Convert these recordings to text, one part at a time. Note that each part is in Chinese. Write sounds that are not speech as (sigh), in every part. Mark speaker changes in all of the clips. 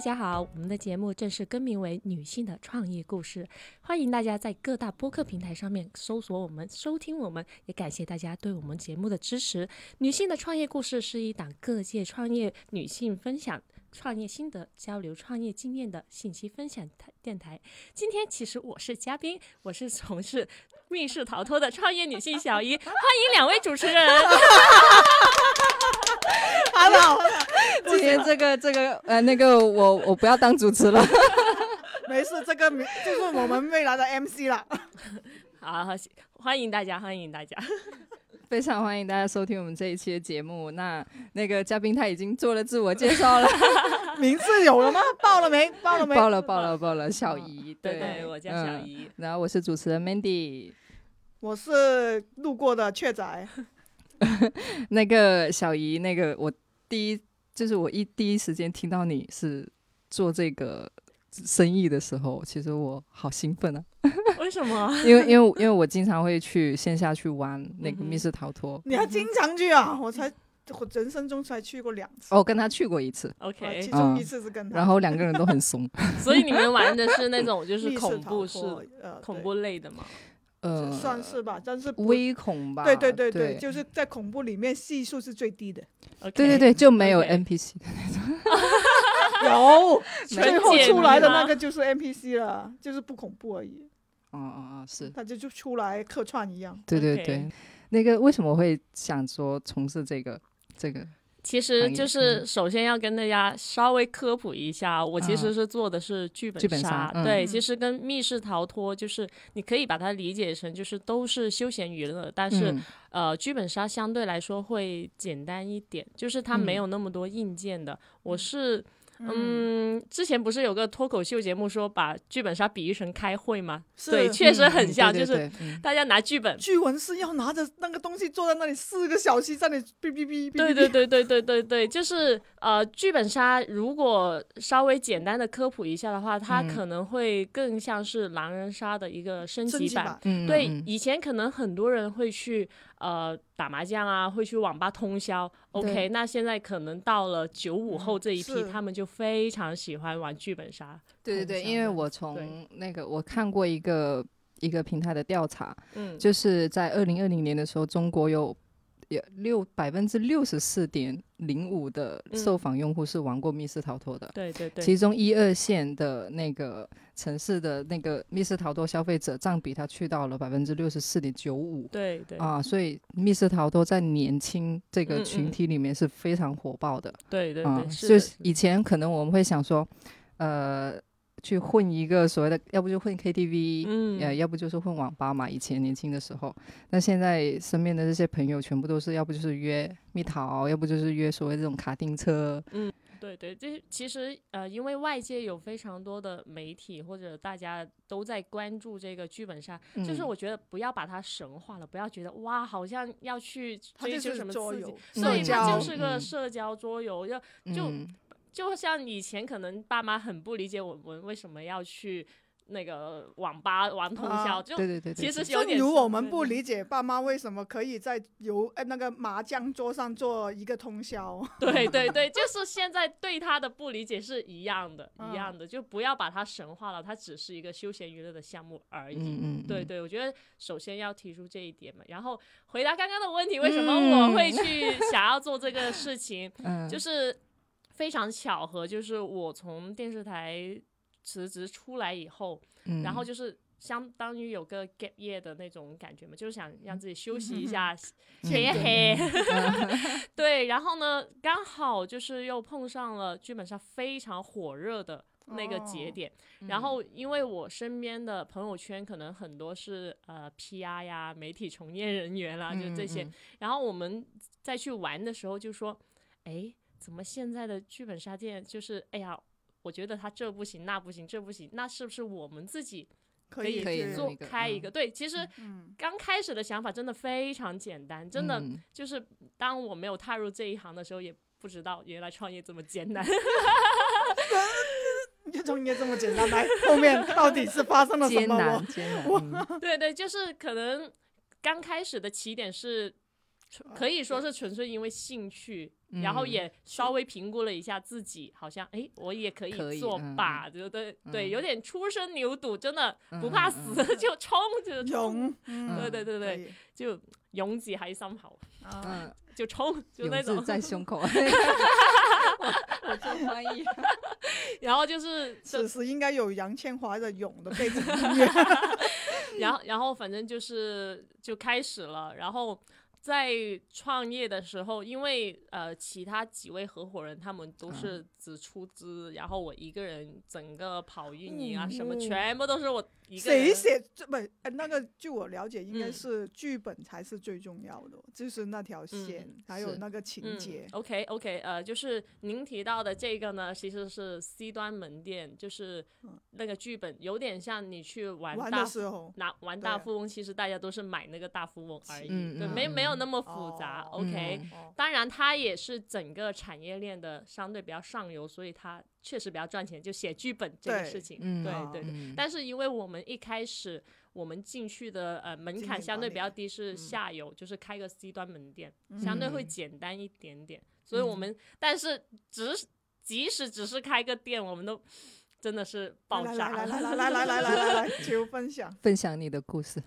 Speaker 1: 家好，我们的节目正式更名为《女性的创业故事》，欢迎大家在各大播客平台上面搜索我们、收听我们，也感谢大家对我们节目的支持。《女性的创业故事》是一档各界创业女性分享创业心得、交流创业经验的信息分享台电台。今天其实我是嘉宾，我是从事密室逃脱的创业女性小姨，欢迎两位主持人。
Speaker 2: Hello，今 (laughs) 天这个这个呃那个我我不要当主持了，
Speaker 3: (laughs) 没事，这个名就是我们未来的 MC 了。
Speaker 1: 好，好欢迎大家，欢迎大家。
Speaker 2: (laughs) 非常欢迎大家收听我们这一期的节目。那那个嘉宾他已经做了自我介 (laughs) 绍了，
Speaker 3: (laughs) 名字有了吗？报了没？报了没？
Speaker 2: 报了报了报了，小姨，
Speaker 1: 对
Speaker 2: 嗯对，
Speaker 1: 我叫小
Speaker 2: 嗯
Speaker 1: 姨。
Speaker 2: 然后我是主持人 Mandy，
Speaker 3: 我是路过的雀仔，
Speaker 2: 那个小姨，那个我第一就是我一第一时间听到你是做这个生意的时候，其实我好兴奋啊，
Speaker 1: 为什么？
Speaker 2: 因为因为因为我经常会去线下去玩那
Speaker 1: 嗯
Speaker 2: 个
Speaker 1: 哼
Speaker 2: 密室逃脱，
Speaker 3: 你还经常去
Speaker 1: 嗯
Speaker 3: 啊？我才我人生中才去过两次，
Speaker 2: 哦，我跟他去过一次，
Speaker 3: 啊
Speaker 1: OK，嗯
Speaker 3: 其中一次是跟他，
Speaker 2: 然后两个人都很 (laughs) 怂。
Speaker 1: 所以你们玩的是那种就是
Speaker 3: 密室
Speaker 1: 恐怖
Speaker 3: 逃
Speaker 1: 式、
Speaker 3: 脱呃
Speaker 1: 恐怖类的吗？
Speaker 3: 对
Speaker 2: 呃，
Speaker 3: 算是吧，但是不
Speaker 2: 微恐吧？
Speaker 3: 对对对
Speaker 2: 对，
Speaker 3: 就是在恐怖里面系数是最低
Speaker 1: (laughs)
Speaker 3: 的。
Speaker 2: 对对对，就没有
Speaker 1: OK
Speaker 2: NPC
Speaker 3: 有最
Speaker 1: 纯
Speaker 3: 后
Speaker 1: 解谜
Speaker 3: 出来的那
Speaker 1: 吗
Speaker 3: 个就是 NPC 了，就是不恐怖而已，
Speaker 2: 哦哦哦，是，
Speaker 3: 他就就出来客串一样。
Speaker 2: 对对
Speaker 1: OK
Speaker 2: 对。那个为什么会想说从事这个这个？
Speaker 1: 其实
Speaker 2: 行业
Speaker 1: 就是首先要跟大家稍微科普一下，我其实是做的是剧本
Speaker 2: 嗯剧本杀嗯
Speaker 1: 对，
Speaker 3: 嗯
Speaker 1: 其实跟密室逃脱就是你可以把它理解成就是都是休闲娱乐，但是、
Speaker 2: 嗯
Speaker 1: 呃剧本杀相对来说会简单一点，就是它没
Speaker 2: 嗯
Speaker 1: 有那么多硬件的。我是嗯，之前不是有个脱口秀节目说把剧本杀比喻成开会吗？
Speaker 3: 是
Speaker 1: 对，确实
Speaker 2: 嗯
Speaker 1: 很
Speaker 2: 嗯
Speaker 1: 像，
Speaker 2: 对
Speaker 1: 就是
Speaker 2: 对对嗯
Speaker 1: 大家拿剧本
Speaker 3: 巨文是要拿着那个东西坐在那里四个小时，在那里哔哔哔哔哔。
Speaker 1: 对对对对对对对，就是呃，剧本杀如果稍微简单的科普一下的话，它
Speaker 2: 嗯
Speaker 1: 可能会更像是狼人杀的一个升
Speaker 3: 升
Speaker 1: 级
Speaker 3: 级
Speaker 1: 版。
Speaker 3: 版。
Speaker 2: 嗯，
Speaker 1: 对
Speaker 2: 嗯，
Speaker 1: 以前可能很多人会去呃打麻将啊，会去网吧通宵。OK，
Speaker 2: 对
Speaker 1: 那现在可能到了九五后这一批，
Speaker 3: 是
Speaker 1: 他们就非常喜欢玩剧本杀。
Speaker 2: 对对对，因为我从
Speaker 1: 对
Speaker 2: 那个我看过一个一个平台的调查，
Speaker 1: 嗯，
Speaker 2: 就是在二零二零年的时候，中国有。有六百分之六十四点零五的
Speaker 1: 嗯
Speaker 2: 受访用户是玩过密室逃脱的，
Speaker 1: 对对对，
Speaker 2: 其中一二线的那个城市的那个密室逃脱消费者占比，它去到了百分之六十四点九五
Speaker 1: 对对
Speaker 2: 啊，所以密室逃脱在年轻
Speaker 1: 嗯
Speaker 2: 这个
Speaker 1: 嗯
Speaker 2: 群体里面是非常火爆的
Speaker 1: 对对
Speaker 2: 啊
Speaker 1: 对，。是
Speaker 2: 就
Speaker 1: 的
Speaker 2: 是以前可能我们会想说，呃，去混一个所谓的，要不就混 KTV，
Speaker 1: 嗯
Speaker 2: 呃，要不就是混网吧嘛。以前年轻的时候，那现在身边的这些朋友全部都是，要不就是约蜜桃，要不就是约所谓这种卡丁车，
Speaker 1: 对对，这其实呃，因为外界有非常多的媒体或者大家都在关注这个剧本杀，就是
Speaker 2: 嗯
Speaker 1: 我觉得不要把它神化了，不要觉得哇，好像要去
Speaker 3: 它
Speaker 1: 追求
Speaker 3: 就是
Speaker 1: 什么
Speaker 3: 桌
Speaker 1: 刺激
Speaker 3: 游，，
Speaker 1: 所以
Speaker 2: 社
Speaker 1: 它
Speaker 2: 交
Speaker 1: 就是个
Speaker 2: 嗯
Speaker 1: 社交桌游，要就
Speaker 2: 嗯
Speaker 1: 就像以前可能爸妈很不理解我们为什么要去那个网吧玩通宵，
Speaker 3: 啊
Speaker 1: 就
Speaker 2: 对对对对，
Speaker 1: 其实是有
Speaker 3: 正
Speaker 1: 点
Speaker 3: 如我们
Speaker 1: 对
Speaker 3: 不
Speaker 1: 对
Speaker 3: 理解爸妈为什么可以在游呃那个麻将桌上做一个通宵，
Speaker 2: (laughs)
Speaker 1: 对对对，就是现在对他的不理解是一样的，一
Speaker 3: 嗯
Speaker 1: 样的，就不要把它神化了，它只是一个休闲娱乐的项目而已。
Speaker 2: 嗯嗯
Speaker 1: 对
Speaker 2: 嗯
Speaker 1: 对，我觉得首先要提出这一点嘛，然后回答刚刚的问题，为什么我会去想要做这个事情，
Speaker 2: (laughs) 嗯，
Speaker 1: 就是非常巧合，就是我从电视台辞职出来以后，
Speaker 2: 嗯
Speaker 1: 然后就是相当于有个 gap year 的那种感觉嘛，就是想让自己休息
Speaker 2: 嗯
Speaker 1: 一下，
Speaker 3: (laughs)
Speaker 1: 天也黑。
Speaker 2: (laughs)
Speaker 1: (laughs) 对，然后呢，刚好就是又碰上了剧本杀非常火热的那个节
Speaker 2: 哦
Speaker 1: 点，然
Speaker 2: 嗯
Speaker 1: 后因为我身边的朋友圈可能很多是呃 PR 呀、媒体从业人员啦，就这些，
Speaker 2: 嗯嗯
Speaker 1: 然后我们再去玩的时候就说，哎，怎么现在的剧本杀店就是，哎呀。我觉得他这不行，那不行，这不行，那是不是我们自己
Speaker 3: 可
Speaker 1: 以
Speaker 3: 以
Speaker 2: 可以
Speaker 3: 去
Speaker 2: 弄
Speaker 1: 做
Speaker 2: 一个
Speaker 1: 开一
Speaker 2: 嗯
Speaker 1: 个？对，其实
Speaker 3: 嗯，
Speaker 1: 刚开始的想法真的非常简单，真的
Speaker 2: 嗯
Speaker 1: 就是当我没有踏入这一行的时候，也不知道原来创业这么艰
Speaker 2: (laughs)
Speaker 1: 难。
Speaker 3: 创业这么简单，来后面到底是发生了什
Speaker 2: 艰
Speaker 3: 么？
Speaker 2: 难
Speaker 3: 我
Speaker 2: 艰难，嗯
Speaker 1: 对对，就是可能刚开始的起点是纯。可以说是纯粹因为兴趣然后
Speaker 2: 啊嗯
Speaker 1: 也稍微评估了一下自己，好像诶，我也可
Speaker 2: 可以
Speaker 1: 做
Speaker 2: 嗯
Speaker 1: 吧，对对对，
Speaker 2: 嗯
Speaker 1: 有点初生牛犊，真的不怕
Speaker 2: 嗯嗯
Speaker 1: 死 (laughs) 就冲就冲，
Speaker 3: 勇，嗯
Speaker 1: 对对对
Speaker 3: 可
Speaker 1: 对，
Speaker 3: 以
Speaker 1: 就勇字喺心口， (laughs)
Speaker 3: 啊，
Speaker 2: 嗯，
Speaker 1: 就冲就那
Speaker 2: 勇字
Speaker 1: 种，
Speaker 2: 在胸口。 (laughs) 我我做翻译，
Speaker 1: (laughs) 然后就是
Speaker 3: 此
Speaker 1: 就
Speaker 3: 时应该有杨千嬅的《勇》的背景
Speaker 1: (laughs)
Speaker 3: 音乐，
Speaker 1: 然后然后反正就是就开始了，然后。在创业的时候，因为呃，其他几位合伙人他们都
Speaker 3: 嗯
Speaker 1: 是只出资，然后我一个人整个跑运营啊，什么
Speaker 3: 嗯
Speaker 1: 全部都是我一个人。
Speaker 3: 谁写这不？呃那个据我了解，应该
Speaker 1: 嗯
Speaker 3: 是剧本才是最重要的，哦就是那条线，还有
Speaker 2: 是
Speaker 3: 那个情节
Speaker 1: 嗯、。OK OK，呃，就是您提到的这个呢，其实是 C 端门店，就是
Speaker 3: 嗯
Speaker 1: 那个剧本有点像你去玩
Speaker 3: 玩
Speaker 1: 大
Speaker 3: 的
Speaker 1: 富
Speaker 3: 时候，
Speaker 1: 拿玩
Speaker 3: 对
Speaker 1: 大富翁，其实大家都是买那个大富翁而已，
Speaker 2: 嗯
Speaker 1: 对，
Speaker 2: 嗯
Speaker 1: 没没有
Speaker 2: 嗯
Speaker 1: 那么复杂。
Speaker 3: 哦
Speaker 1: OK，、
Speaker 2: 嗯
Speaker 3: 哦
Speaker 1: 当然它也是整个产业链的相对比较上游，所以它确实比较赚钱，就写剧本这个
Speaker 3: 对
Speaker 1: 事情，
Speaker 2: (laughs) 嗯
Speaker 1: 对
Speaker 3: 哦
Speaker 1: 对对。
Speaker 2: 嗯
Speaker 1: 但是因为我们一开始我们进去的呃门
Speaker 3: 经
Speaker 1: 槛
Speaker 3: 营
Speaker 1: 相对
Speaker 3: 管理
Speaker 1: 比较低，是
Speaker 3: 嗯
Speaker 1: 下游，就是开个 C 端门店，相对会
Speaker 2: 嗯
Speaker 1: 简单一点点。所
Speaker 3: 嗯
Speaker 1: 以我们但是只是即使只是开个店，我们都真的是爆炸
Speaker 3: 来来来
Speaker 1: 了。
Speaker 3: 来来来来来来来，求分享。
Speaker 2: 分享你的故事，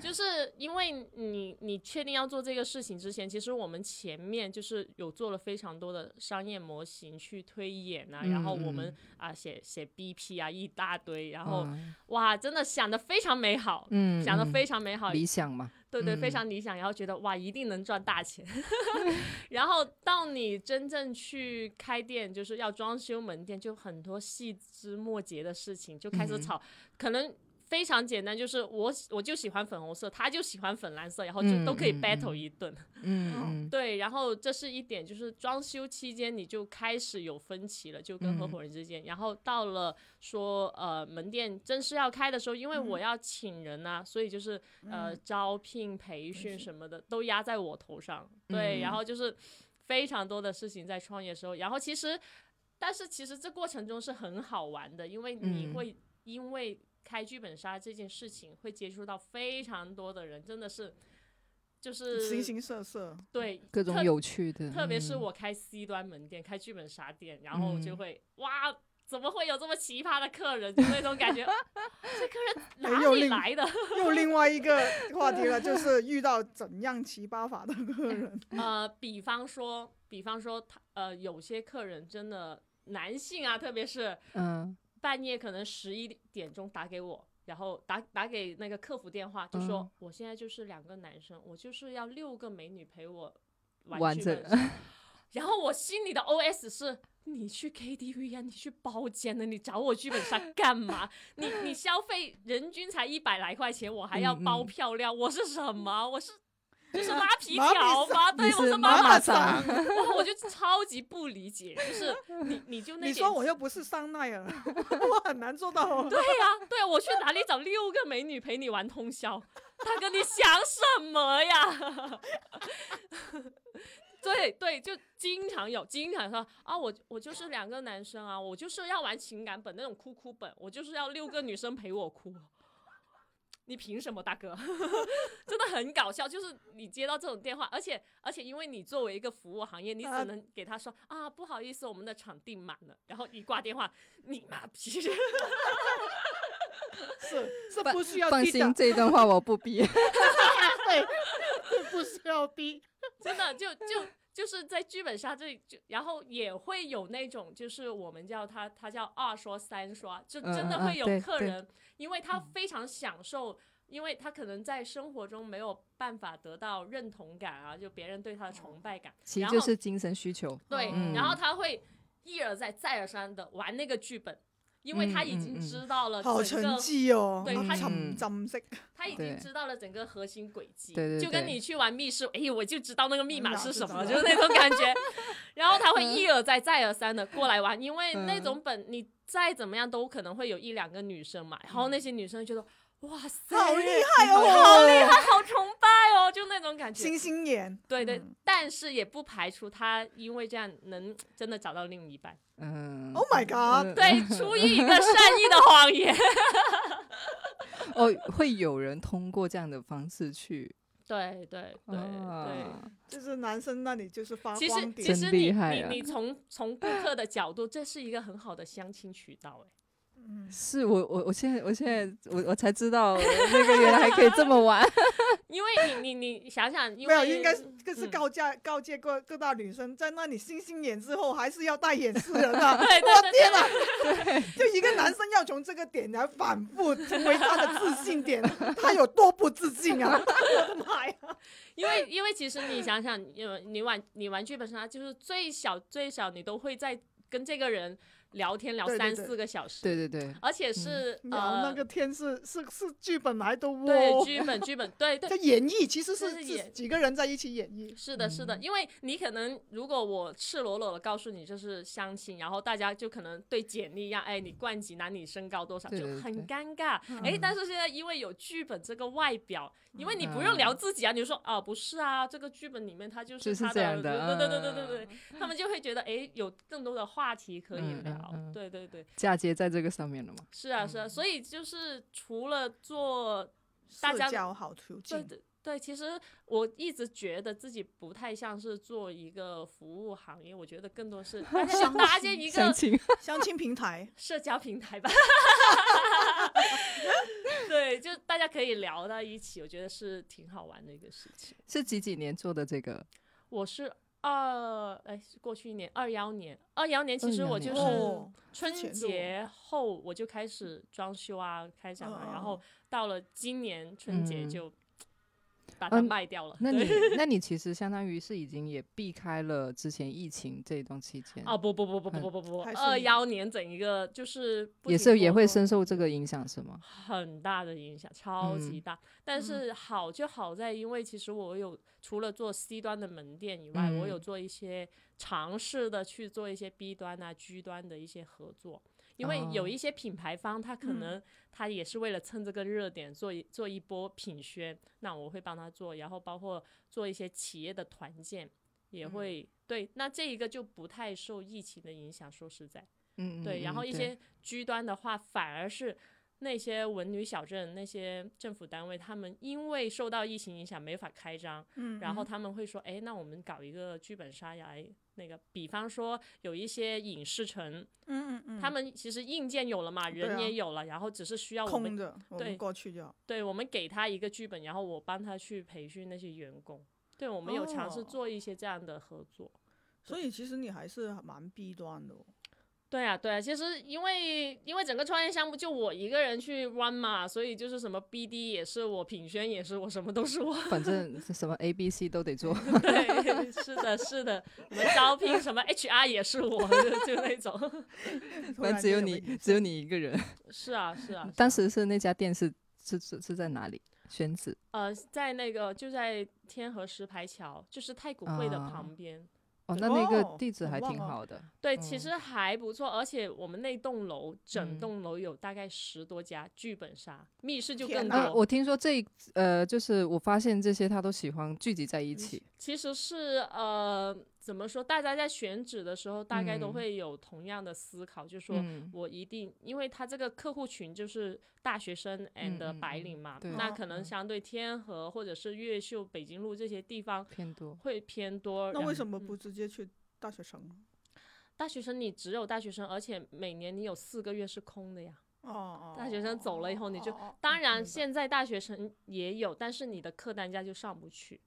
Speaker 1: 就是因为你你确定要做这个事情之前，其实我们前面就是有做了非常多的商业模型去推演啊，然后我们
Speaker 2: 嗯
Speaker 1: 啊写写 BP 啊一大堆，然后、
Speaker 2: 嗯
Speaker 1: 哇真的想的非常美好，
Speaker 2: 嗯
Speaker 1: 想的
Speaker 2: 嗯
Speaker 1: 非常美好，
Speaker 2: 理想嘛，
Speaker 1: 对对，非
Speaker 2: 嗯
Speaker 1: 常理想，然后觉得哇，一定能赚大钱。 (laughs) 然后到你真正去开店，就是要装修门店，就很多细枝末节的事情就开始
Speaker 2: 嗯
Speaker 1: 吵，可能非常简单，就是我喜我就喜欢粉红色，他就喜欢粉蓝色，然后就
Speaker 2: 嗯
Speaker 1: 都可以
Speaker 2: 嗯
Speaker 1: battle
Speaker 2: 嗯
Speaker 1: 一顿。
Speaker 2: 嗯嗯
Speaker 1: 对，然后这是一点，就是装修期间你就开始有分歧了，就跟合
Speaker 2: 嗯
Speaker 1: 伙人之间。然后到了说呃门店正式要开的时候，因为
Speaker 2: 嗯
Speaker 1: 我要请人啊，所以就是呃招聘、培训什么的都压在我头上。对，然
Speaker 2: 嗯
Speaker 1: 后就是非常多的事情在创业时候，然后其实但是其实这过程中是很好玩的，因为你
Speaker 2: 嗯
Speaker 1: 会因为开剧本杀这件事情会接触到非常多的人，真的是。就是
Speaker 3: 形形色色，
Speaker 1: 对
Speaker 2: 各种
Speaker 1: 特
Speaker 2: 有趣的，
Speaker 1: 特别是
Speaker 2: 嗯
Speaker 1: 我开 C 端门店、开剧本杀店，然后就
Speaker 2: 嗯
Speaker 1: 会、哇，怎么会有这么奇葩的客人？就那种感觉， (laughs) 这客人
Speaker 3: 很
Speaker 1: 哪
Speaker 3: 有
Speaker 1: 里
Speaker 3: 另
Speaker 1: 来的？
Speaker 3: 又另外一个话题了，就是遇到怎样奇葩法的客人。
Speaker 1: 呃，比方说，比方说他呃，有些客人真的男性啊，特别是
Speaker 2: 嗯
Speaker 1: 半夜可能十一点钟打给我。然后打打给那个客服电话，就说、
Speaker 2: 嗯
Speaker 1: 我现在就是两个男生，我就是要六个美女陪我玩
Speaker 2: 完
Speaker 1: 剧
Speaker 2: 整
Speaker 1: 本杀 (laughs) 然后我心里的 OS 是：你去 KTV 呀、你去包间呢，你找我剧本杀干嘛？ (laughs) 你你消费人均才一百来块钱，我还要
Speaker 2: 嗯嗯
Speaker 1: 包漂亮，我是什
Speaker 2: (laughs)
Speaker 1: 么？我是就是拉皮
Speaker 3: 麻痹
Speaker 1: 条吗？对，
Speaker 2: 你
Speaker 1: 我
Speaker 2: 是
Speaker 1: 妈
Speaker 2: 妈
Speaker 1: 妈
Speaker 2: 妈
Speaker 1: 桑
Speaker 2: 桑，
Speaker 1: 哇 (laughs) 我就超级不理解，就是你你就那
Speaker 3: 你
Speaker 1: 点
Speaker 3: 说我又不是香奈儿，我很难做到哦。
Speaker 1: 对呀、对、我去哪里找六个美女陪你玩通宵？大哥，你想什么呀？对对，就经常有，经常说啊，我我就是两个男生啊，我就是要玩情感本那种哭哭本，我就是要六个女生陪我哭。你凭什么，大哥？ (laughs) 真的很搞笑，就是你接到这种电话，而且而且，因为你作为一个服务行业，你只
Speaker 3: 啊
Speaker 1: 能给他说啊不好意思，我们的场地满了，然后一挂电话，你妈逼！
Speaker 3: 是是
Speaker 2: 放
Speaker 3: 不需要
Speaker 2: 放
Speaker 3: 逼的
Speaker 2: 心，，这一段话我不逼，
Speaker 1: (laughs)
Speaker 3: 对，是不需要逼。
Speaker 1: 真的就就就是在剧本杀这里，就然后也会有那种，就是我们叫他他叫二刷三刷，就
Speaker 2: 嗯
Speaker 1: 真的
Speaker 2: 嗯嗯
Speaker 1: 会有
Speaker 2: 对
Speaker 1: 客
Speaker 2: 对嗯
Speaker 1: 人，因为他非常享受。因为他可能在生活中没有办法得到认同感啊，就别人对他的崇拜感，
Speaker 2: 其实
Speaker 1: 然后
Speaker 2: 就是精神需求，
Speaker 1: 对，
Speaker 2: 嗯
Speaker 1: 然后他会一而再再而三的玩那个剧本，因为他已
Speaker 2: 嗯嗯
Speaker 1: 经
Speaker 2: 嗯
Speaker 1: 知道了
Speaker 3: 好
Speaker 1: 整
Speaker 3: 成
Speaker 1: 个
Speaker 3: 绩哦，
Speaker 1: 对他
Speaker 3: 沉浸式
Speaker 1: 他已经
Speaker 2: 对
Speaker 1: 知道了整个核心轨迹，
Speaker 2: 对对
Speaker 1: 就跟
Speaker 2: 对嗯
Speaker 1: 你去玩密室，哎，我就知道那个密码是什么，
Speaker 3: 密码是什么
Speaker 1: 就是那种感
Speaker 2: (laughs)
Speaker 1: 觉。然后他会一而再、再而三的过来玩，因为
Speaker 2: 嗯
Speaker 1: 那种本你再怎么样都可能会有一两个女生嘛，然后那些女生觉得
Speaker 2: 嗯
Speaker 1: 哇塞，
Speaker 3: 好厉
Speaker 1: 害，
Speaker 3: 害哦，
Speaker 1: 好崇拜哦，就那种感觉。
Speaker 3: 星星眼，
Speaker 1: 对对
Speaker 3: 嗯，
Speaker 1: 但是也不排除他因为这样能真的找到另一
Speaker 2: (laughs)
Speaker 1: 半。
Speaker 2: 嗯
Speaker 3: ，Oh my god！
Speaker 1: 对，出于一个善意的谎言， (laughs)
Speaker 2: 哦，会有人通过这样的方式去
Speaker 1: 对对对对。
Speaker 2: 啊
Speaker 3: 就是男生那里就是发
Speaker 1: 其实
Speaker 3: 光
Speaker 1: 其
Speaker 3: 点，
Speaker 1: 实
Speaker 2: 真
Speaker 1: 你
Speaker 2: 厉害
Speaker 3: (laughs)
Speaker 2: 啊
Speaker 1: 你你从从顾客的角度，这是一个很好的相亲渠道哎、
Speaker 3: 嗯，
Speaker 2: 是我我我现在我现在我我才知道那个原来还可以这么玩， (laughs)
Speaker 1: 因为你你你想想，因
Speaker 3: 没有，
Speaker 1: 为 (laughs)
Speaker 3: 应该是这是
Speaker 1: 嗯
Speaker 3: 告诫告诫各各大女生，在那里星星眼之后，还是要戴眼饰人
Speaker 1: (laughs)
Speaker 3: 啊！
Speaker 1: 对对对
Speaker 3: 天哪，就一个男生要从这个点来反复成为他的自
Speaker 1: (laughs)
Speaker 3: 信点，他有多不自信啊！我的妈呀！
Speaker 1: 因为因为其实你想想，呃，你玩你玩剧本杀，就是最小最小你都会在跟这个人聊天聊
Speaker 3: 对对
Speaker 1: 三
Speaker 3: 对嗯
Speaker 1: 四个小时，
Speaker 2: 对对对，
Speaker 1: 而且是、
Speaker 3: 聊
Speaker 1: 呃
Speaker 3: 那个天是是是剧本来的
Speaker 1: 对
Speaker 3: 哦，
Speaker 1: 剧本剧本对对
Speaker 3: 这演绎其实是
Speaker 1: 这是
Speaker 3: 是
Speaker 1: 演
Speaker 3: 几个人在一起演绎，
Speaker 1: 是的，是
Speaker 2: 嗯
Speaker 1: 的，因为你可能如果我赤裸裸的告诉你就是相亲，然后大家就可能对简历一样，哎，你冠几男，你身高多少，
Speaker 2: 对
Speaker 1: 就
Speaker 2: 对嗯
Speaker 1: 很尴尬。哎，但是现在因为有剧本这个外表，因为你不用
Speaker 2: 嗯
Speaker 1: 聊自己啊，你就说啊，不是啊，这个剧本里面他就
Speaker 2: 就是
Speaker 1: 是他
Speaker 2: 这样
Speaker 1: 的，
Speaker 2: 的
Speaker 1: 对对对对
Speaker 2: 嗯
Speaker 1: 对对，他们就会觉得哎，有更多的话题可以
Speaker 2: 嗯嗯
Speaker 1: 聊。
Speaker 2: 嗯
Speaker 1: 对对对，
Speaker 2: 嫁接在这个上面了嘛，
Speaker 1: 是啊是啊，所以就是除了做大家
Speaker 3: 社交好途
Speaker 1: 对
Speaker 3: 径。
Speaker 1: 对对，其实我一直觉得自己不太像是做一个服务行业，我觉得更多是大家想搭建一
Speaker 2: 相
Speaker 1: 个 (laughs)
Speaker 2: 亲
Speaker 3: 相亲平台，
Speaker 1: 社交平台吧。 (laughs) 对，就大家可以聊到一起，我觉得是挺好玩的一个事情。
Speaker 2: 是几几年做的
Speaker 1: (laughs)
Speaker 2: 这个？
Speaker 1: 我是二哎，是过去一年二幺年，二幺年其实我
Speaker 2: 21
Speaker 1: 就
Speaker 2: 年
Speaker 1: 是
Speaker 3: 哦
Speaker 1: 春
Speaker 3: 之前就
Speaker 1: 节后我就开始装修啊、开展啊，然
Speaker 3: 嗯
Speaker 1: 后到了今年春节
Speaker 2: 嗯
Speaker 1: 就把它
Speaker 2: 嗯
Speaker 1: 卖掉了。
Speaker 2: 那
Speaker 1: 对
Speaker 2: 你那你其实相当于是已经也避开了之前疫情这一段期间，
Speaker 1: 哦不不不不不
Speaker 2: 嗯
Speaker 1: 不不不，
Speaker 3: 还是
Speaker 1: 二幺年整一个就是不
Speaker 2: 也
Speaker 1: 停
Speaker 2: 是也
Speaker 1: 活
Speaker 2: 会
Speaker 1: 动
Speaker 2: 深受这个影响是吗？
Speaker 1: 很大的影响，超
Speaker 2: 嗯
Speaker 1: 级大。但是好就好在，因为其实我有除了做 C 端的门店以外，
Speaker 2: 嗯
Speaker 1: 我有做一些尝试的去做一些 B 端啊、G 端的一些合作。因为
Speaker 2: 哦嗯
Speaker 1: 有一些品牌方，他可能他也是为了蹭这个热点做一做一波品宣，那我会帮他做，然后包括做一些企业的团建，也
Speaker 2: 嗯
Speaker 1: 会、对。那这一个就不太受疫情的影响，说实在。
Speaker 2: 嗯，
Speaker 1: 对，然后一些居端的话，反而是那些文旅小镇、那些政府单位，他们因为受到疫情影响没法开张，
Speaker 3: 嗯
Speaker 1: 然后他们会说，哎，那我们搞一个剧本杀来。那个，比方说有一些影视城，
Speaker 3: 嗯嗯嗯
Speaker 1: 他们其实硬件有了嘛，
Speaker 3: 对
Speaker 1: 人
Speaker 3: 啊
Speaker 1: 也有了，然后只是需要我
Speaker 3: 空
Speaker 1: 们，
Speaker 3: 着，我
Speaker 1: 对
Speaker 3: 们过去就好。
Speaker 1: 对我们给他一个剧本，然后我帮他去培训那些员工。对，我们有尝试
Speaker 3: 哦
Speaker 1: 做一些这样的合作。
Speaker 3: 所以其实你还是蛮弊
Speaker 1: (laughs)
Speaker 3: 端的、哦。
Speaker 1: 对啊，对啊，其实因为因为整个创业项目就我一个人去 run 嘛，所以就是什么 BD 也是我，品宣也是我，什么都是我。 (laughs)
Speaker 2: 反正什么 A B C 都得做，
Speaker 1: 对， (laughs) 是的，是的，什么招聘什么 HR 也是我，就就那种。 (laughs)
Speaker 3: 突
Speaker 2: 反
Speaker 3: 然
Speaker 2: 正只
Speaker 3: 间
Speaker 2: 有
Speaker 3: 个
Speaker 2: 你
Speaker 3: 影
Speaker 2: 只有你一个人。
Speaker 1: 是啊，是啊。是啊
Speaker 2: 当时是那家店是是是是在哪里？选址
Speaker 1: 呃，在那个就在天河石牌桥，就是太古汇的
Speaker 2: 啊
Speaker 1: 旁边。
Speaker 2: 哦，
Speaker 3: 对
Speaker 2: 那那
Speaker 3: 哦
Speaker 2: 个地址
Speaker 3: 很
Speaker 2: 还
Speaker 3: 棒
Speaker 2: 挺
Speaker 3: 哦
Speaker 2: 好的，
Speaker 1: 对，
Speaker 2: 嗯
Speaker 1: 其实还不错，而且我们那栋楼整
Speaker 2: 嗯
Speaker 1: 栋楼有大概十多家剧本杀，密室就
Speaker 3: 天
Speaker 1: 更
Speaker 3: 哪
Speaker 1: 多
Speaker 2: 啊，。我听说这一呃，就是我发现这些他都喜欢聚集在一起，
Speaker 1: 其实是呃，怎么说？大家在选址的时候，大概都
Speaker 2: 嗯
Speaker 1: 会有同样的思考，就说
Speaker 2: 嗯，
Speaker 1: 我一定，因为他这个客户群就是大学生 and
Speaker 2: 嗯嗯
Speaker 1: 白
Speaker 2: 嗯
Speaker 1: 领嘛，
Speaker 2: 对
Speaker 1: 那
Speaker 3: 哦
Speaker 1: 可能
Speaker 2: 嗯
Speaker 1: 相对天河或者是越秀、北京路这些地方
Speaker 2: 偏多，
Speaker 1: 会偏多。
Speaker 3: 那
Speaker 1: 然
Speaker 3: 为
Speaker 1: 后
Speaker 3: 什么
Speaker 1: 嗯
Speaker 3: 不直接去大学城？
Speaker 1: 大学生你只有大学生，而且每年你有四个月是空的呀？
Speaker 3: 哦哦，
Speaker 1: 大学生走了以后你就
Speaker 3: 哦哦
Speaker 1: 当然，
Speaker 3: 明白
Speaker 1: 现在大学生也有，但是你的客单价就上不去，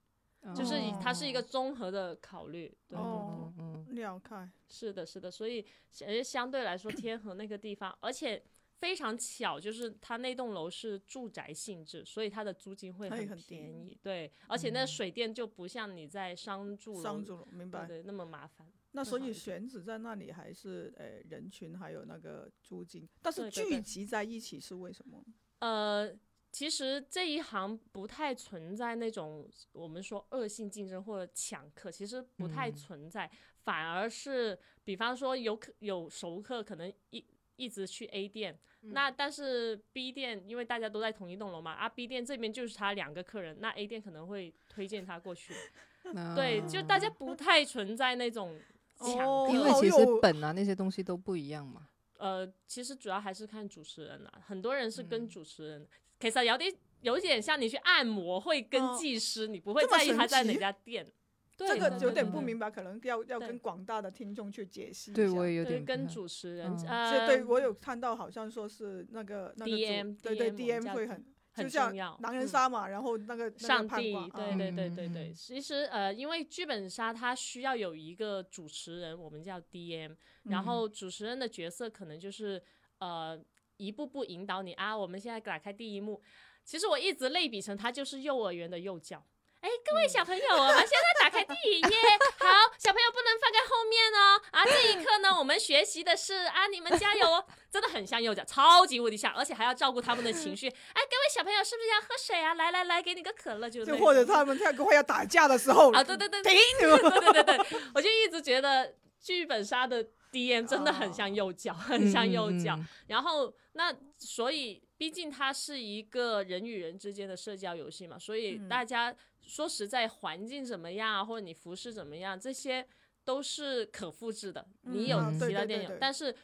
Speaker 1: 就是以它是一个综合的考虑。对。
Speaker 3: 哦
Speaker 2: 嗯嗯
Speaker 3: 了解，
Speaker 1: 是的，是的，所以呃，相对来说，天河那个地方，而且非常巧，就是它那栋楼是住宅性质，所以它的租金会
Speaker 3: 它也很低嗯
Speaker 1: 便宜。对，而且那水电就不像你在商住楼，
Speaker 3: 商住了，明
Speaker 1: 对
Speaker 3: 白。
Speaker 1: 对，那么麻烦。
Speaker 3: 那
Speaker 1: 好
Speaker 3: 所
Speaker 1: 一
Speaker 3: 以
Speaker 1: 点
Speaker 3: 选址在那里还是呃人群还有那个租金，但
Speaker 1: 对对
Speaker 3: 是
Speaker 1: 对
Speaker 3: 聚集在一起是为什么？
Speaker 1: 呃，其实这一行不太存在那种我们说恶性竞争或者抢客，其实不太
Speaker 2: 嗯
Speaker 1: 存在，反而是比方说有客有熟客可能一。一直去 A 店，那但是 B 店因为大家都在同一栋楼嘛，啊 B 店这边就是他两个客人，那 A 店可能会推荐他过去， (laughs)
Speaker 2: 嗯
Speaker 1: 对，就大家不太存在那种抢客，
Speaker 3: 哦
Speaker 2: 因为
Speaker 3: 好
Speaker 2: 其实
Speaker 3: 有
Speaker 2: 本啊那些东西都不一样嘛，
Speaker 3: 嗯
Speaker 1: 呃，其实主要还是看主持人啦、很多人是跟主持人。其實有啲有点像你去按摩会跟
Speaker 3: 哦
Speaker 1: 技师，你不会
Speaker 3: 这么
Speaker 1: 在意他
Speaker 3: 神
Speaker 1: 在哪
Speaker 3: 奇
Speaker 1: 家店。对
Speaker 3: 这个
Speaker 1: 对
Speaker 3: 有
Speaker 1: 对
Speaker 3: 点
Speaker 1: 对
Speaker 3: 不明白，可能要要
Speaker 1: 对
Speaker 3: 跟广大的听众去解析一下。
Speaker 2: 对我也有
Speaker 1: 对，
Speaker 2: 点
Speaker 1: 跟
Speaker 2: 主
Speaker 1: 主持人，
Speaker 2: 嗯
Speaker 1: 呃，
Speaker 3: 是对我有看到，好像说是那个那个主
Speaker 1: DM
Speaker 3: 对对
Speaker 1: DM 我们
Speaker 3: DM
Speaker 1: 叫
Speaker 3: 会很
Speaker 1: 很
Speaker 3: 就像
Speaker 1: 重要
Speaker 3: 狼人
Speaker 1: 嗯
Speaker 3: 杀嘛，然后那个那个
Speaker 1: 上
Speaker 3: 判
Speaker 1: 帝
Speaker 3: 官，
Speaker 1: 对
Speaker 3: 啊
Speaker 1: 对对对
Speaker 2: 嗯
Speaker 1: 对。其实呃，因为剧本杀它需要有一个主持人，我们叫 DM，然
Speaker 3: 嗯
Speaker 1: 后主持人的角色可能就是呃一步步引导你啊。我们现在打开第一幕，其实我一直类比成它就是幼儿园的幼教。哎，各位小朋友，我们现在打开第一页。好，小朋友不能放在后面哦。啊，这一刻呢，我们学习的是啊，你们加油哦，真的很像幼教，超级无敌像，而且还要照顾他们的情绪。哎，各位小朋友，是不是要喝水啊？来来来，给你个可乐就
Speaker 3: 就
Speaker 1: 对
Speaker 3: 或者
Speaker 1: (laughs)
Speaker 3: 他们在快要打架的时候
Speaker 1: 啊，对对对，
Speaker 3: 停
Speaker 1: 对 (laughs)
Speaker 3: 你们
Speaker 1: 对对对，我就一直觉得剧本杀的 DM 真的很像幼教，很像幼
Speaker 2: 嗯
Speaker 1: 教。然后那所以，毕竟它是一个人与人之间的社交游戏嘛，所以
Speaker 3: 嗯
Speaker 1: 大家说实在，环境怎么样啊，或者你服饰怎么样，这些都是可复制的。你
Speaker 3: 嗯
Speaker 1: 有
Speaker 2: 啊对
Speaker 1: 其他
Speaker 3: 对
Speaker 1: 店
Speaker 3: 对
Speaker 1: 有，
Speaker 3: 对
Speaker 1: 但是。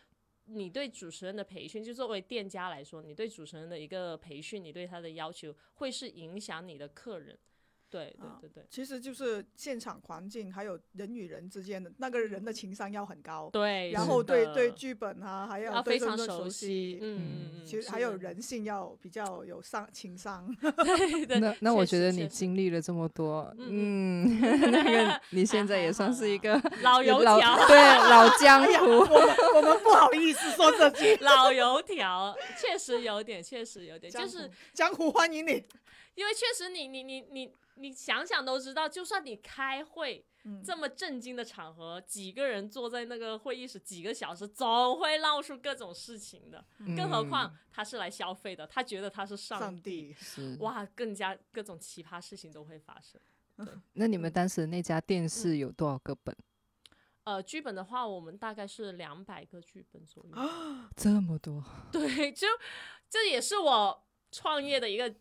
Speaker 1: 你对主持人的培训，就作为店家来说，你对主持人的一个培训，你对他的要求，会是影响你的客人。对对
Speaker 3: 啊
Speaker 1: 对对
Speaker 3: 其实就是现场环境，还有人与人之间的那个人的情商要很高，
Speaker 1: 对。
Speaker 3: 然
Speaker 1: 是
Speaker 3: 后对
Speaker 1: 的
Speaker 3: 对剧本啊，还
Speaker 1: 要
Speaker 3: 有
Speaker 1: 非
Speaker 3: 对
Speaker 1: 常
Speaker 3: 这个
Speaker 1: 熟悉
Speaker 3: 悉，，
Speaker 1: 嗯嗯嗯，
Speaker 3: 其实
Speaker 1: 是
Speaker 3: 还有
Speaker 1: 的，
Speaker 3: 人性要比较有商情商，
Speaker 1: (laughs) 对对，
Speaker 2: 嗯那那我
Speaker 1: 确
Speaker 2: 觉
Speaker 1: 实
Speaker 2: 得
Speaker 1: 确
Speaker 2: 你
Speaker 1: 实
Speaker 2: 经历了这么多，
Speaker 1: 嗯
Speaker 2: 嗯， (laughs) 那
Speaker 1: (laughs)
Speaker 2: 个你现在
Speaker 1: 还
Speaker 2: 也
Speaker 1: 好
Speaker 2: 算是一
Speaker 1: 啦
Speaker 2: 个
Speaker 1: 老油
Speaker 2: 老
Speaker 1: 条， (laughs) 哎
Speaker 2: 对老江湖。
Speaker 3: 我们不好意思说这 (laughs) 句
Speaker 1: 老油条，确实有点，确实有点，就
Speaker 3: 江
Speaker 1: 是
Speaker 3: 湖江湖欢迎你，
Speaker 1: 因为确实你你你你你想想都知道，就算你开会
Speaker 3: 嗯
Speaker 1: 这么震惊的场合，几个人坐在那个会议室几个小时，总会闹出各种事情的，更何
Speaker 2: 嗯
Speaker 1: 况他是来消费的，他觉得他是
Speaker 3: 嗯上
Speaker 1: 上帝，
Speaker 3: 帝
Speaker 2: 是
Speaker 1: 哇，更加各种奇葩事情都会发生。
Speaker 2: 那你们当时那家
Speaker 1: 嗯
Speaker 2: 店是有多少个本？
Speaker 1: 呃，剧本的话，我们大概是两百个剧本左
Speaker 3: (gasps)
Speaker 1: 右。哦
Speaker 2: 这么多，
Speaker 1: 对，就这也是我创业的一个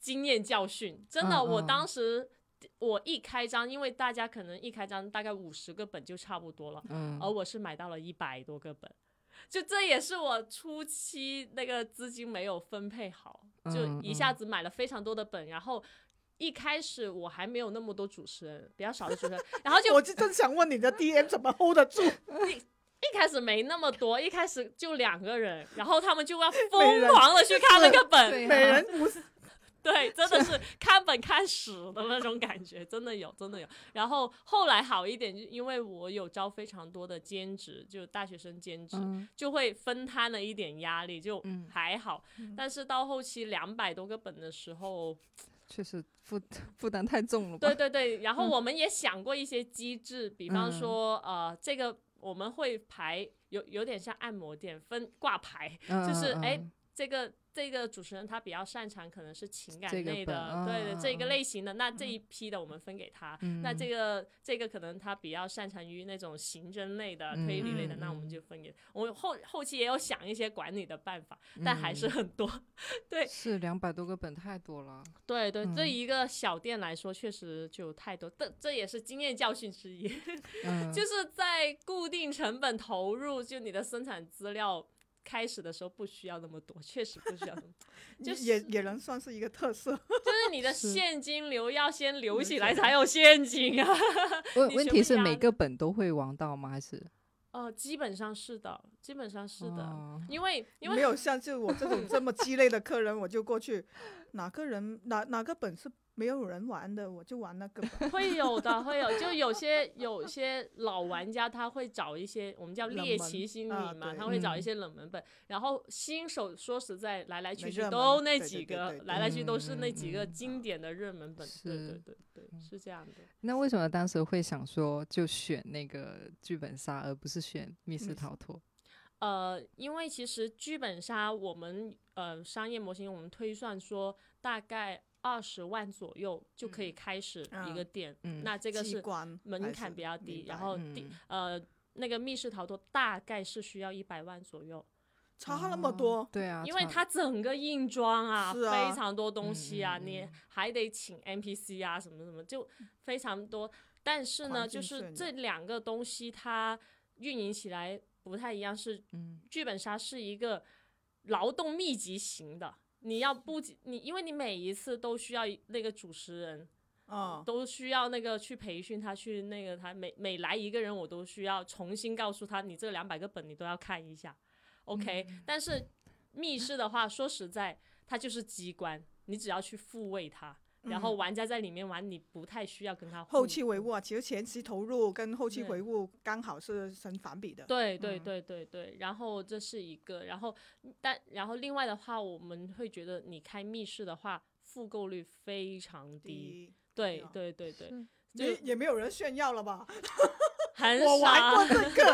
Speaker 1: 经验教训。真的，
Speaker 2: 嗯
Speaker 1: 我
Speaker 2: 嗯
Speaker 1: 当时我一开张，因为大家可能一开张大概五十个本就差不多了，
Speaker 2: 嗯
Speaker 1: 而我是买到了一百多个本。就这也是我初期那个资金没有分配好，就
Speaker 2: 嗯
Speaker 1: 一下子买了非常多的本，然后一开始我还没有那么多主持人，比较少的主持人，然后就
Speaker 3: 我就正想问你的 DM 怎么 hold 得住，
Speaker 1: 一开始没那么多，一开始就两个人，然后他们就要疯
Speaker 3: 人
Speaker 1: 狂的去看那个本，
Speaker 2: 对啊
Speaker 3: 每人五十
Speaker 1: 对，真的是看本看屎的那种感觉，真的有，真的有。然后后来好一点，就因为我有招非常多的兼职，就大学生兼职，
Speaker 2: 嗯
Speaker 1: 就会分摊了一点压力，就
Speaker 2: 嗯
Speaker 1: 还好。但是到后期两百多个本的时
Speaker 2: (laughs)
Speaker 1: 候，
Speaker 2: 确实负负担太重了吧？
Speaker 1: 对对对，然后
Speaker 2: 嗯
Speaker 1: 我们也想过一些机制，比方说呃，这个我们会排有有点像按摩店分挂牌，
Speaker 2: 嗯，
Speaker 1: 就是
Speaker 2: 嗯
Speaker 1: 哎、
Speaker 2: 嗯
Speaker 1: 这个这个主持人他比较擅长可能是情感
Speaker 2: 这个
Speaker 1: 类
Speaker 2: 本
Speaker 1: 的，对对
Speaker 2: 啊
Speaker 1: 这一个
Speaker 2: 啊
Speaker 1: 类型的，那这一批的我们分给他。那这个这个可能他比较擅长于那种刑侦类的、推理类的，
Speaker 2: 嗯
Speaker 1: 那我们就分给我后后期也有想一些管理的办法，但还是很多。对
Speaker 2: 是两百多个本，太多了。
Speaker 1: (laughs) 对对，对
Speaker 2: 嗯
Speaker 1: 一个小店来说，确实就太多，这这也是经验教训之 (laughs) 一。(laughs)
Speaker 2: 嗯，
Speaker 1: 就是在固定成本投入，就你的生产资料开始的时候不需要那么多，确实不需要那么多，就
Speaker 3: 也
Speaker 1: 是
Speaker 3: 也也能算是一个特色。
Speaker 1: 就是你的
Speaker 2: 是
Speaker 1: 现金流要先留起来才有现金啊。 (laughs)
Speaker 2: 问
Speaker 1: 你
Speaker 2: 嗯问
Speaker 1: 全
Speaker 2: 题
Speaker 1: 部
Speaker 2: 是
Speaker 1: 压
Speaker 2: 每
Speaker 1: 了
Speaker 2: 个本都会玩到吗？还是
Speaker 1: 哦，基本上是的，基本上是的，
Speaker 2: 哦
Speaker 1: 因为
Speaker 3: (laughs)
Speaker 1: 因为
Speaker 3: 没有像就我这种这么鸡肋的客人，我就过去，哪个人哪哪个本是没有人玩的，我就玩那个本。
Speaker 1: 会有的，会有，就有些有些老玩家他会找一些我们叫
Speaker 3: 冷
Speaker 1: 猎
Speaker 3: 门
Speaker 1: 奇心理
Speaker 3: 啊
Speaker 1: 嘛，
Speaker 3: 对
Speaker 1: 他会找一
Speaker 2: 嗯
Speaker 1: 些冷门本，然后新手说实在来来去
Speaker 3: 没
Speaker 1: 去
Speaker 3: 热门
Speaker 1: 都那
Speaker 3: 对对
Speaker 1: 几
Speaker 3: 对
Speaker 1: 个
Speaker 3: 对，对
Speaker 1: 来来去都是
Speaker 2: 嗯
Speaker 1: 那
Speaker 2: 嗯
Speaker 1: 几个
Speaker 2: 嗯
Speaker 1: 经典的热门本，对对
Speaker 2: 是
Speaker 1: 对
Speaker 3: 嗯
Speaker 1: 对，是这样的。
Speaker 2: 那为什么当时会想说就选那个剧本杀，而不是选密室逃脱？
Speaker 1: 呃，因为其实剧本杀我们呃商业模型，我们推算说大概二十万左右就可以开始一个店，
Speaker 2: 嗯
Speaker 1: 那这个
Speaker 3: 嗯机
Speaker 1: 是
Speaker 3: 关
Speaker 1: 门
Speaker 3: 还
Speaker 1: 槛
Speaker 3: 是
Speaker 1: 比较低
Speaker 3: 明，白
Speaker 1: 然后第、
Speaker 2: 嗯，
Speaker 1: 呃那个密室逃脱大概是需要一百万左右，
Speaker 3: 差那么
Speaker 2: 哦
Speaker 3: 多，
Speaker 2: 对啊，
Speaker 1: 因为它
Speaker 2: 差
Speaker 1: 整个硬装啊，
Speaker 3: 是啊
Speaker 1: 非常多东西啊，
Speaker 2: 嗯嗯
Speaker 1: 你
Speaker 2: 嗯
Speaker 1: 还得请 NPC 啊，什么什么，就非常多。但是呢，
Speaker 3: 环
Speaker 1: 就
Speaker 3: 境
Speaker 1: 是
Speaker 3: 渲
Speaker 1: 这
Speaker 3: 染
Speaker 1: 两个东西它运营起来不太一样，是
Speaker 2: 嗯
Speaker 1: 剧本杀是一个劳动密集型的，你要不仅你，因为你每一次都需要那个主持人，
Speaker 3: 啊，
Speaker 1: 都需要那个去培训他，去那个他每每来一个人，我都需要重新告诉他，你这两百个本你都要看一下，OK、但
Speaker 3: 嗯
Speaker 1: 是密室的话，说实在，它就是机关，你只要去复位它，然后玩家在里面玩，你不太需要跟他
Speaker 3: 嗯后
Speaker 1: 互
Speaker 3: 期维护啊，其实前期投入跟后期
Speaker 1: 对
Speaker 3: 维护刚好是成反比的。
Speaker 1: 对对
Speaker 3: 嗯
Speaker 1: 对对对，然后这是一个，然后但然后另外的话，我们会觉得你开密室的话，复购率非常
Speaker 3: 第
Speaker 1: 低。
Speaker 3: 一，
Speaker 1: 对
Speaker 3: 啊
Speaker 1: 对对对，
Speaker 3: 也
Speaker 1: 就
Speaker 3: 也没有人炫耀了吧？
Speaker 1: 很
Speaker 3: 我玩过
Speaker 1: 少。(laughs)
Speaker 3: 这个，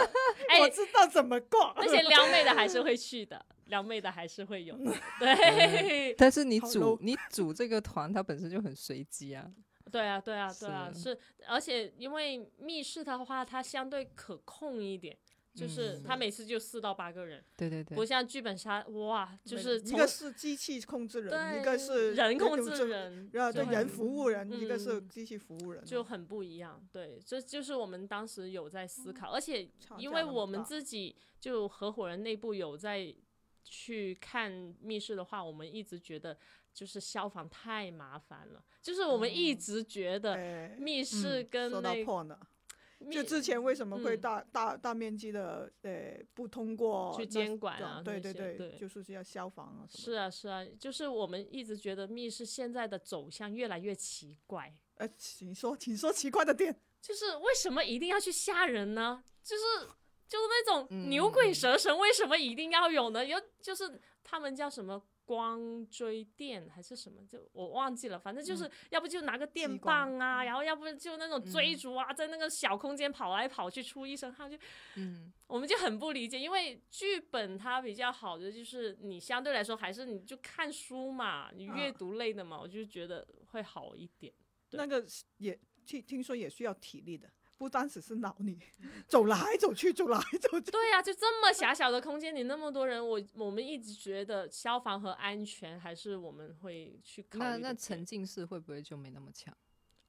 Speaker 3: 我
Speaker 1: 哎，
Speaker 3: 知道怎么过。 (laughs)
Speaker 1: 那些撩妹的还是会去的，撩妹的还是会有的。对 (laughs)
Speaker 2: 但是你
Speaker 3: 好
Speaker 2: 组
Speaker 3: low
Speaker 2: 你组这个团，它本身就很随机啊。
Speaker 1: 对啊对啊对啊，
Speaker 2: 是
Speaker 1: 是而且因为密室的话，它相对可控一点。就是
Speaker 2: 嗯
Speaker 1: 他每次就四到八个人，
Speaker 2: 对对
Speaker 1: 不
Speaker 2: 对，
Speaker 1: 像剧本杀，哇，就是
Speaker 3: 一
Speaker 1: 从
Speaker 3: 个是机器控制人，
Speaker 1: 对
Speaker 3: 一个是
Speaker 1: 人
Speaker 3: 那个
Speaker 1: 控
Speaker 3: 就
Speaker 1: 制，人，
Speaker 3: 然后
Speaker 1: 就
Speaker 3: 对
Speaker 1: 很
Speaker 3: 人服务人，一个是
Speaker 1: 嗯
Speaker 3: 机器服务人，啊
Speaker 1: 就很不一样。对，这就是我们当时有在思考，而且
Speaker 3: 差
Speaker 1: 因
Speaker 3: 价
Speaker 1: 为
Speaker 3: 嗯那么
Speaker 1: 我们
Speaker 3: 大
Speaker 1: 自己就合伙人内部有在去看密室的话，我们一直觉得就是消防太麻烦了，就是我们
Speaker 3: 嗯
Speaker 1: 一直觉得
Speaker 3: 哎
Speaker 1: 密室
Speaker 3: 嗯
Speaker 1: 跟
Speaker 3: 说到
Speaker 1: 那
Speaker 3: 破呢，
Speaker 1: 密
Speaker 3: 就之前为什么会
Speaker 1: 嗯
Speaker 3: 大大大面积的呃不通过
Speaker 1: 去
Speaker 3: 那
Speaker 1: 监管啊
Speaker 3: 对
Speaker 1: 那
Speaker 3: 对
Speaker 1: 些对
Speaker 3: 就是要消防啊什
Speaker 1: 是
Speaker 3: 么的，
Speaker 1: 啊是啊，就是我们一直觉得密室现在的走向越来越奇怪。
Speaker 3: 呃，请说，请说奇怪的点，
Speaker 1: 就是为什么一定要去吓人呢？就是就是那种
Speaker 2: 嗯
Speaker 1: 牛鬼蛇神，为什么一定要有呢？有就是他们叫什么光追电还是什么，就我忘记了，反正就是、要不就拿个电
Speaker 3: 嗯激光
Speaker 1: 棒
Speaker 3: 嗯
Speaker 1: 啊，然后要不就那种追逐啊，在那个小空间跑来跑去，出一身汗就
Speaker 2: 嗯，
Speaker 1: 我们就很不理解，因为剧本它比较好的就是你相对来说还是你就看书嘛，你阅
Speaker 2: 嗯
Speaker 1: 读类的嘛，我就觉得会好一点。 (laughs) 对
Speaker 3: 那个是也听听说也需要体力的，不单只是脑力，
Speaker 1: 嗯
Speaker 3: 走来走去，走来走去，
Speaker 1: 对呀、就这么狭小的空间里那么多人，我我们一直觉得消防和安全还是我们会去考虑
Speaker 2: 那
Speaker 1: 的
Speaker 2: 那
Speaker 1: 点
Speaker 2: 沉浸式会不会就没那么强？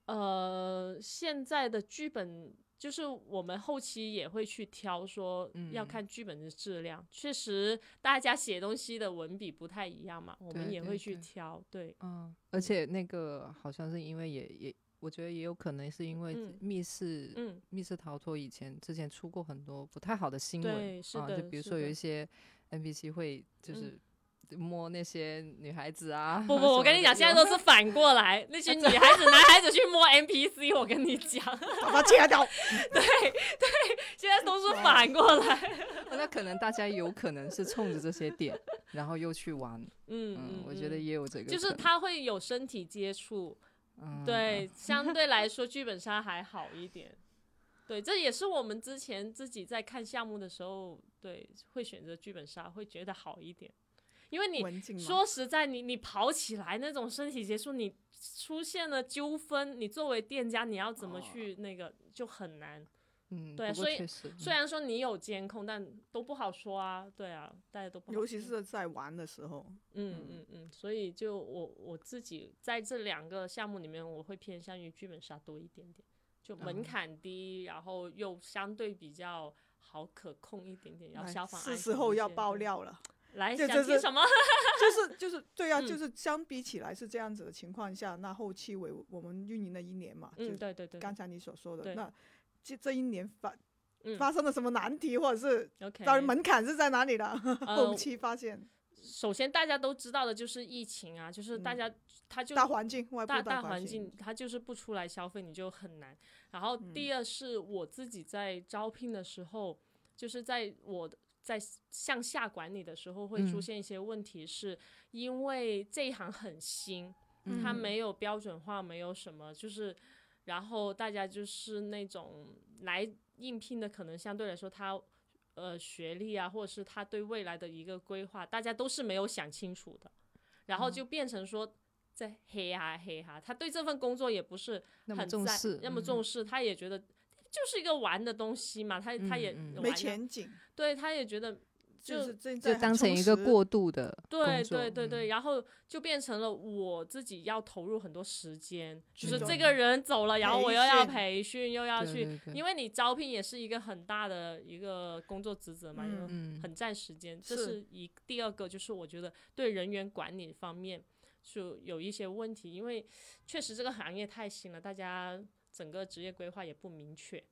Speaker 1: 呃，现在的剧本就是我们后期也会去挑，说要
Speaker 2: 嗯
Speaker 1: 看剧本的质量。确实，大家写东西的文笔不太一样嘛，我们
Speaker 2: 对
Speaker 1: 也
Speaker 2: 对
Speaker 1: 会去
Speaker 2: 对
Speaker 1: 挑。对，
Speaker 2: 嗯，而且那个好像是因为也也，我觉得也有可能是因为
Speaker 1: 嗯
Speaker 2: 密室、
Speaker 1: 嗯，
Speaker 2: 密室逃脱以前之前出过很多不太好的新
Speaker 1: 对
Speaker 2: 闻
Speaker 1: 是
Speaker 2: 啊，就
Speaker 1: 的
Speaker 2: 比如
Speaker 1: 是
Speaker 2: 说有
Speaker 1: 的嗯
Speaker 2: 一些 NPC 会就是摸那些女孩子啊。 (laughs)
Speaker 1: 不不，我跟你讲，现在都是反过来，那些女孩子、男孩子去摸 NPC，我跟你讲，
Speaker 3: 把它切
Speaker 1: (laughs)
Speaker 3: 掉。
Speaker 1: 现在都是
Speaker 2: 啊
Speaker 1: 反过来。
Speaker 2: 在 (laughs) 那可能大家有可能是冲着这些点，然后又去玩。
Speaker 1: 嗯
Speaker 2: 嗯，我觉得也有这个可能，
Speaker 1: 就是他会有身体接触，
Speaker 2: 嗯
Speaker 1: 对，相对来说剧本杀还好一点。对，这也是我们之前自己在看项目的时候，对，会选择剧本杀，会觉得好一点，因为你
Speaker 3: 文静吗
Speaker 1: 说实在，你你跑起来那种身体接触，你出现了纠纷，你作为店家，你要怎
Speaker 2: 哦
Speaker 1: 么去那个、就很难。
Speaker 2: 嗯，
Speaker 1: 对啊
Speaker 2: 不过
Speaker 1: 所以
Speaker 2: 确实
Speaker 1: 虽然说你有监控，但都不好说啊，对啊，大家都不好说。
Speaker 3: 尤其是在玩的时候，
Speaker 1: 嗯嗯嗯，所以就我我自己在这两个项目里面，我会偏向于剧本杀多一点点，就门
Speaker 2: 嗯
Speaker 3: 哦
Speaker 1: 槛低，然后又相对比较好可控一点点，然后
Speaker 3: 哎
Speaker 1: 消防
Speaker 3: 是
Speaker 1: 安
Speaker 3: 时
Speaker 1: 全
Speaker 3: 候
Speaker 1: 一
Speaker 3: 要
Speaker 1: 些
Speaker 3: 爆
Speaker 1: 对
Speaker 3: 料了，
Speaker 1: 来
Speaker 3: 这
Speaker 1: 想
Speaker 3: 就
Speaker 1: 听
Speaker 3: 是 (laughs)
Speaker 1: 什么？
Speaker 3: 就是就是对啊，
Speaker 1: 嗯
Speaker 3: 就是相比起来是这样子的情况下，那后期为我们运营了一年嘛，就
Speaker 1: 嗯，对对对
Speaker 3: 刚才你所说的
Speaker 1: 对
Speaker 3: 那。这这一年发
Speaker 1: 嗯
Speaker 3: 发生了什么难题，或者是
Speaker 1: ，OK。
Speaker 3: 当然门槛是在哪里了？
Speaker 1: 呃
Speaker 3: (laughs) 后，期发现
Speaker 1: 首先大家都知道的就是疫情啊，就是大
Speaker 3: 嗯
Speaker 1: 家他就
Speaker 3: 大环境，外部
Speaker 1: 大大
Speaker 3: 环
Speaker 1: 环境，嗯它就是不出来消费，你就很难。然后第二是我自己在招聘的时候，就是在我的在向下管理的时候，会出
Speaker 2: 嗯
Speaker 1: 现一些问题，是因为这一行很新，
Speaker 2: 嗯
Speaker 1: 它没有标准化，没有什么，就是然后大家就是那种来应聘的，可能相对来说他。呃，学历啊，或者是他对未来的一个规划，大家都是没有想清楚的，然后就
Speaker 2: 嗯
Speaker 1: 变成说在黑哈黑哈，他对这份工作也不是
Speaker 2: 那么
Speaker 1: 很
Speaker 2: 重
Speaker 1: 在
Speaker 2: 视，嗯
Speaker 1: 那么重视，他也觉得就是一个玩的东西嘛，他他也
Speaker 2: 嗯嗯
Speaker 1: 玩
Speaker 3: 没
Speaker 1: 的
Speaker 3: 前景，
Speaker 1: 对，他也觉得
Speaker 3: 就
Speaker 1: 就是
Speaker 3: 正在
Speaker 2: 就
Speaker 3: 很
Speaker 2: 当成
Speaker 3: 充
Speaker 2: 一个
Speaker 3: 实
Speaker 2: 过渡的
Speaker 1: 对
Speaker 2: 工作
Speaker 1: 对对对，
Speaker 2: 嗯
Speaker 1: 然后就变成了我自己要投入很多时间，就
Speaker 2: 嗯
Speaker 1: 是这个人走了，然后我又要培训，又要
Speaker 2: 对
Speaker 1: 去，
Speaker 2: 对对
Speaker 1: 因为你招聘也是一个很大的一个工作职责嘛，
Speaker 3: 嗯
Speaker 1: 因为
Speaker 2: 嗯
Speaker 1: 很占时间。这
Speaker 3: 是
Speaker 1: 是一第二个，就是我觉得对人员管理方面就有一些问题，因为确实这个行业太新了，大家整个职业规划也不明确。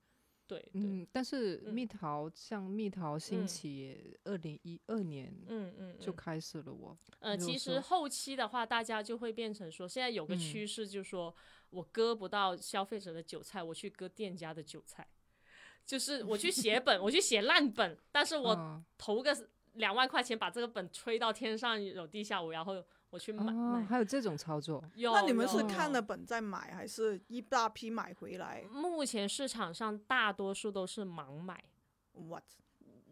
Speaker 1: 对对，嗯
Speaker 2: 嗯，但是
Speaker 1: 嗯
Speaker 2: 蜜桃像蜜桃兴
Speaker 1: 嗯
Speaker 2: 起，二零一二年
Speaker 1: 嗯嗯，
Speaker 2: 就开始了我，
Speaker 1: 呃，
Speaker 2: 如
Speaker 1: 其
Speaker 2: 果
Speaker 1: 实
Speaker 2: 说
Speaker 1: 后期的话，大家就会变成说，现在有个
Speaker 2: 嗯
Speaker 1: 趋势就是说，我割不到消费者的韭菜，我去割店家的韭菜，就是我去写本，我去写烂本，但是我
Speaker 2: 嗯
Speaker 1: 投个两万块钱把这个本吹到天上有地下无，然后我去买
Speaker 2: 哦，
Speaker 1: 卖。
Speaker 2: 还有这种操作，
Speaker 1: 有
Speaker 3: 那你们是
Speaker 1: 有
Speaker 3: 看
Speaker 1: 有
Speaker 3: 了本再买，还是一大批买回来
Speaker 1: 目前市场上大多数都是盲买，
Speaker 3: ？What？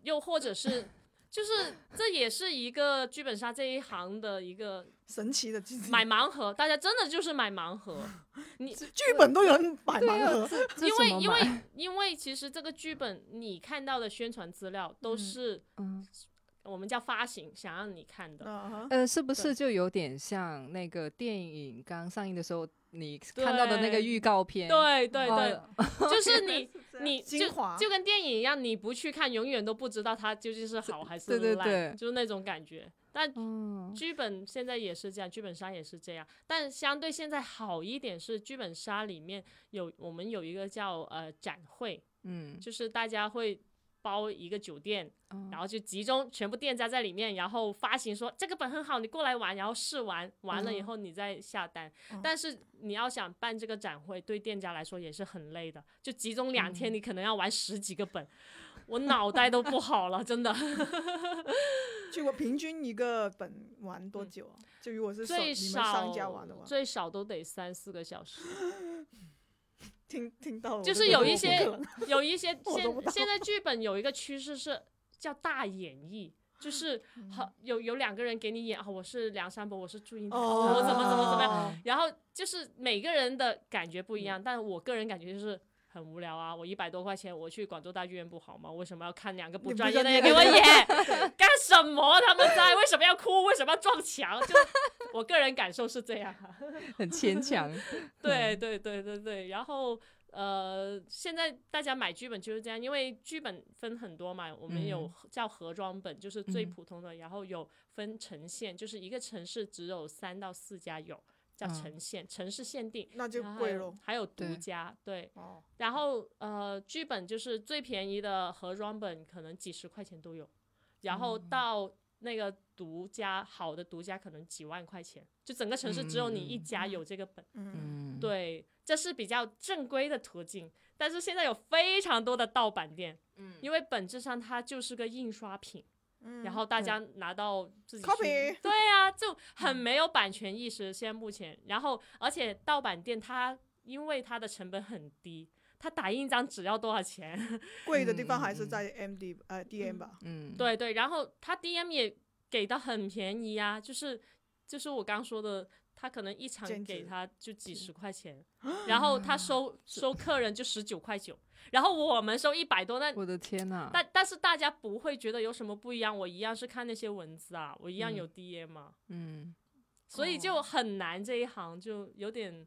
Speaker 1: 又或者是就是这也是一个剧本杀这一行的一个
Speaker 3: 神奇的机制，
Speaker 1: 买盲盒，大家真的就是买盲盒。
Speaker 3: 剧本都有人买盲盒，
Speaker 2: 这
Speaker 1: 因
Speaker 2: 怎
Speaker 1: 为
Speaker 2: 么
Speaker 1: 因为
Speaker 2: 买
Speaker 1: 因为其实这个剧本你看到的宣传资料都
Speaker 3: 嗯
Speaker 1: 是
Speaker 2: 嗯
Speaker 1: 我们叫发行，想让你看的。
Speaker 3: 啊哈
Speaker 2: 呃，是不
Speaker 1: 对
Speaker 2: 是就有点像那个电影刚上映的时候，你看到的那个
Speaker 1: 对
Speaker 2: 预告片？
Speaker 1: 对对对，
Speaker 2: 哦， (laughs)
Speaker 1: 就是你呃你就
Speaker 3: 精华
Speaker 1: 就跟电影一样，你不去看，永远都不知道它究竟是好还是
Speaker 2: 对对
Speaker 1: 烂，
Speaker 2: 对
Speaker 1: 就是那种感觉。但
Speaker 2: 嗯，
Speaker 1: 剧本现在也是这样，剧本杀也是这样，但相对现在好一点是剧本杀里面有我们有一个叫呃展会，
Speaker 2: 嗯，
Speaker 1: 就是大家会包一个酒店，
Speaker 2: 哦
Speaker 1: 然后就集中全部店家在里面，然后发行说这个本很好，你过来玩，然后试玩，完了以
Speaker 2: 嗯
Speaker 1: 后你再下单。
Speaker 3: 嗯
Speaker 1: 但是你要想办这个展会，对店家来说也是很累的，就集中两天，你可能要玩十几个本， (laughs) 我脑袋都不好了，真的。 (laughs)
Speaker 3: 结果平均一个本玩多久啊？就如果是手
Speaker 1: 嗯
Speaker 3: 你
Speaker 1: 最
Speaker 3: 们
Speaker 1: 少
Speaker 3: 商家玩的话，
Speaker 1: 最少都得三四个小时。
Speaker 3: 听听到了，
Speaker 1: 就是有一些有一些
Speaker 3: (laughs) 我都
Speaker 1: 现
Speaker 3: 不知道
Speaker 1: 现在剧本有一个趋势是叫大演绎。
Speaker 3: (laughs)
Speaker 1: 就是
Speaker 3: 嗯
Speaker 1: 好有有两个人给你演啊，我是梁山伯，我是祝英台，
Speaker 3: 哦
Speaker 1: 我怎么怎么怎么样，
Speaker 3: 哦
Speaker 1: 然后就是每个人的感觉不一
Speaker 3: 嗯
Speaker 1: 样，但我个人感觉就是很无聊啊。我一百多块钱，我去广州大剧院不好吗？为什么要看两个不专业的
Speaker 3: 你
Speaker 1: 人
Speaker 3: 不
Speaker 1: 给我
Speaker 3: 专业
Speaker 1: 演？ (laughs) 干什么？他们在为什么要哭？为什么要撞墙？就 (laughs) 我个人感受是这样啊。
Speaker 2: (laughs) 很牵强。
Speaker 1: (laughs)
Speaker 2: (laughs)
Speaker 1: 对对对对对，然后呃，现在大家买剧本就是这样，因为剧本分很多嘛，我们有
Speaker 2: 嗯
Speaker 1: 盒叫盒装本，就是最
Speaker 2: 嗯
Speaker 1: 普通的，然后有分城县，就是一个城市只有三到四家有，叫
Speaker 2: 嗯
Speaker 1: 城县，城市限定。
Speaker 3: 那就
Speaker 1: 然后还
Speaker 3: 贵
Speaker 1: 有
Speaker 3: 咯。
Speaker 1: 还有独
Speaker 2: 对
Speaker 1: 家，对，
Speaker 3: 哦，
Speaker 1: 然后呃，剧本就是最便宜的盒装本，可能几十块钱都有，然后
Speaker 2: 嗯
Speaker 1: 到那个独家好的独家可能几万块钱，就整个城市只有你一
Speaker 2: 嗯嗯嗯
Speaker 1: 家有这个本，
Speaker 3: 嗯，
Speaker 2: 嗯，
Speaker 1: 对，这是比较正规的途径，但是现在有非常多的盗版店，
Speaker 2: 嗯
Speaker 1: 因为本质上它就是个印刷品，
Speaker 3: 嗯
Speaker 1: 然后大家拿到自己去
Speaker 3: Copy
Speaker 1: 对啊，就很没有版权意识。现在目前，然后而且盗版店它因为它的成本很低，它打印一张纸要多少钱？
Speaker 3: 贵的地方
Speaker 2: 嗯
Speaker 3: 还是
Speaker 2: 嗯
Speaker 3: 在 M D 呃 D M 吧，
Speaker 2: 嗯，
Speaker 1: 对对，然后它 DM 也给的很便宜啊，就是就是我刚说的。他可能一场
Speaker 3: 兼啊
Speaker 1: 给
Speaker 3: 职
Speaker 1: 他就几十块钱，然后他收收客人就十九块九，然后我们收一百多，那
Speaker 2: 我的天呐，
Speaker 1: 但但是大家不会觉得有什么不一样，我一样是看那些文字啊，我一样
Speaker 2: 嗯
Speaker 1: 有 DM 啊，
Speaker 2: 嗯，
Speaker 1: 所以
Speaker 3: 哦
Speaker 1: 就很难这一行就有点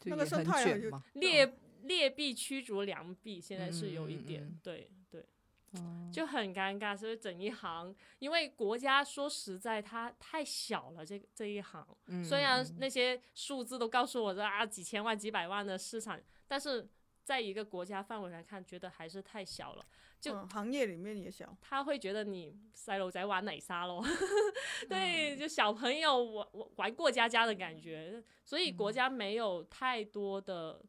Speaker 2: 就
Speaker 3: 那个
Speaker 2: 也
Speaker 3: 生
Speaker 2: 很
Speaker 3: 态啊
Speaker 2: 卷
Speaker 3: 就
Speaker 2: 嘛，
Speaker 1: 劣、劣币驱逐良币，现在是有一点，
Speaker 2: 嗯嗯嗯
Speaker 1: 对对，
Speaker 2: 哦
Speaker 1: 就很尴尬，所以整一行，因为国家说实在它太小了，这个这一行，
Speaker 2: 嗯
Speaker 1: 虽然
Speaker 2: 嗯
Speaker 1: 那些数字都告诉我这啊几千万、几百万的市场，但是在一个国家范围来看，觉得还是太小了。就
Speaker 3: 嗯行业里面也小，
Speaker 1: 他会覺得你細路仔玩泥沙
Speaker 3: (laughs)
Speaker 1: 咯，
Speaker 3: 嗯
Speaker 1: 對，就小朋友玩玩玩過家家的感覺，所以
Speaker 3: 嗯
Speaker 1: 國家沒有太多的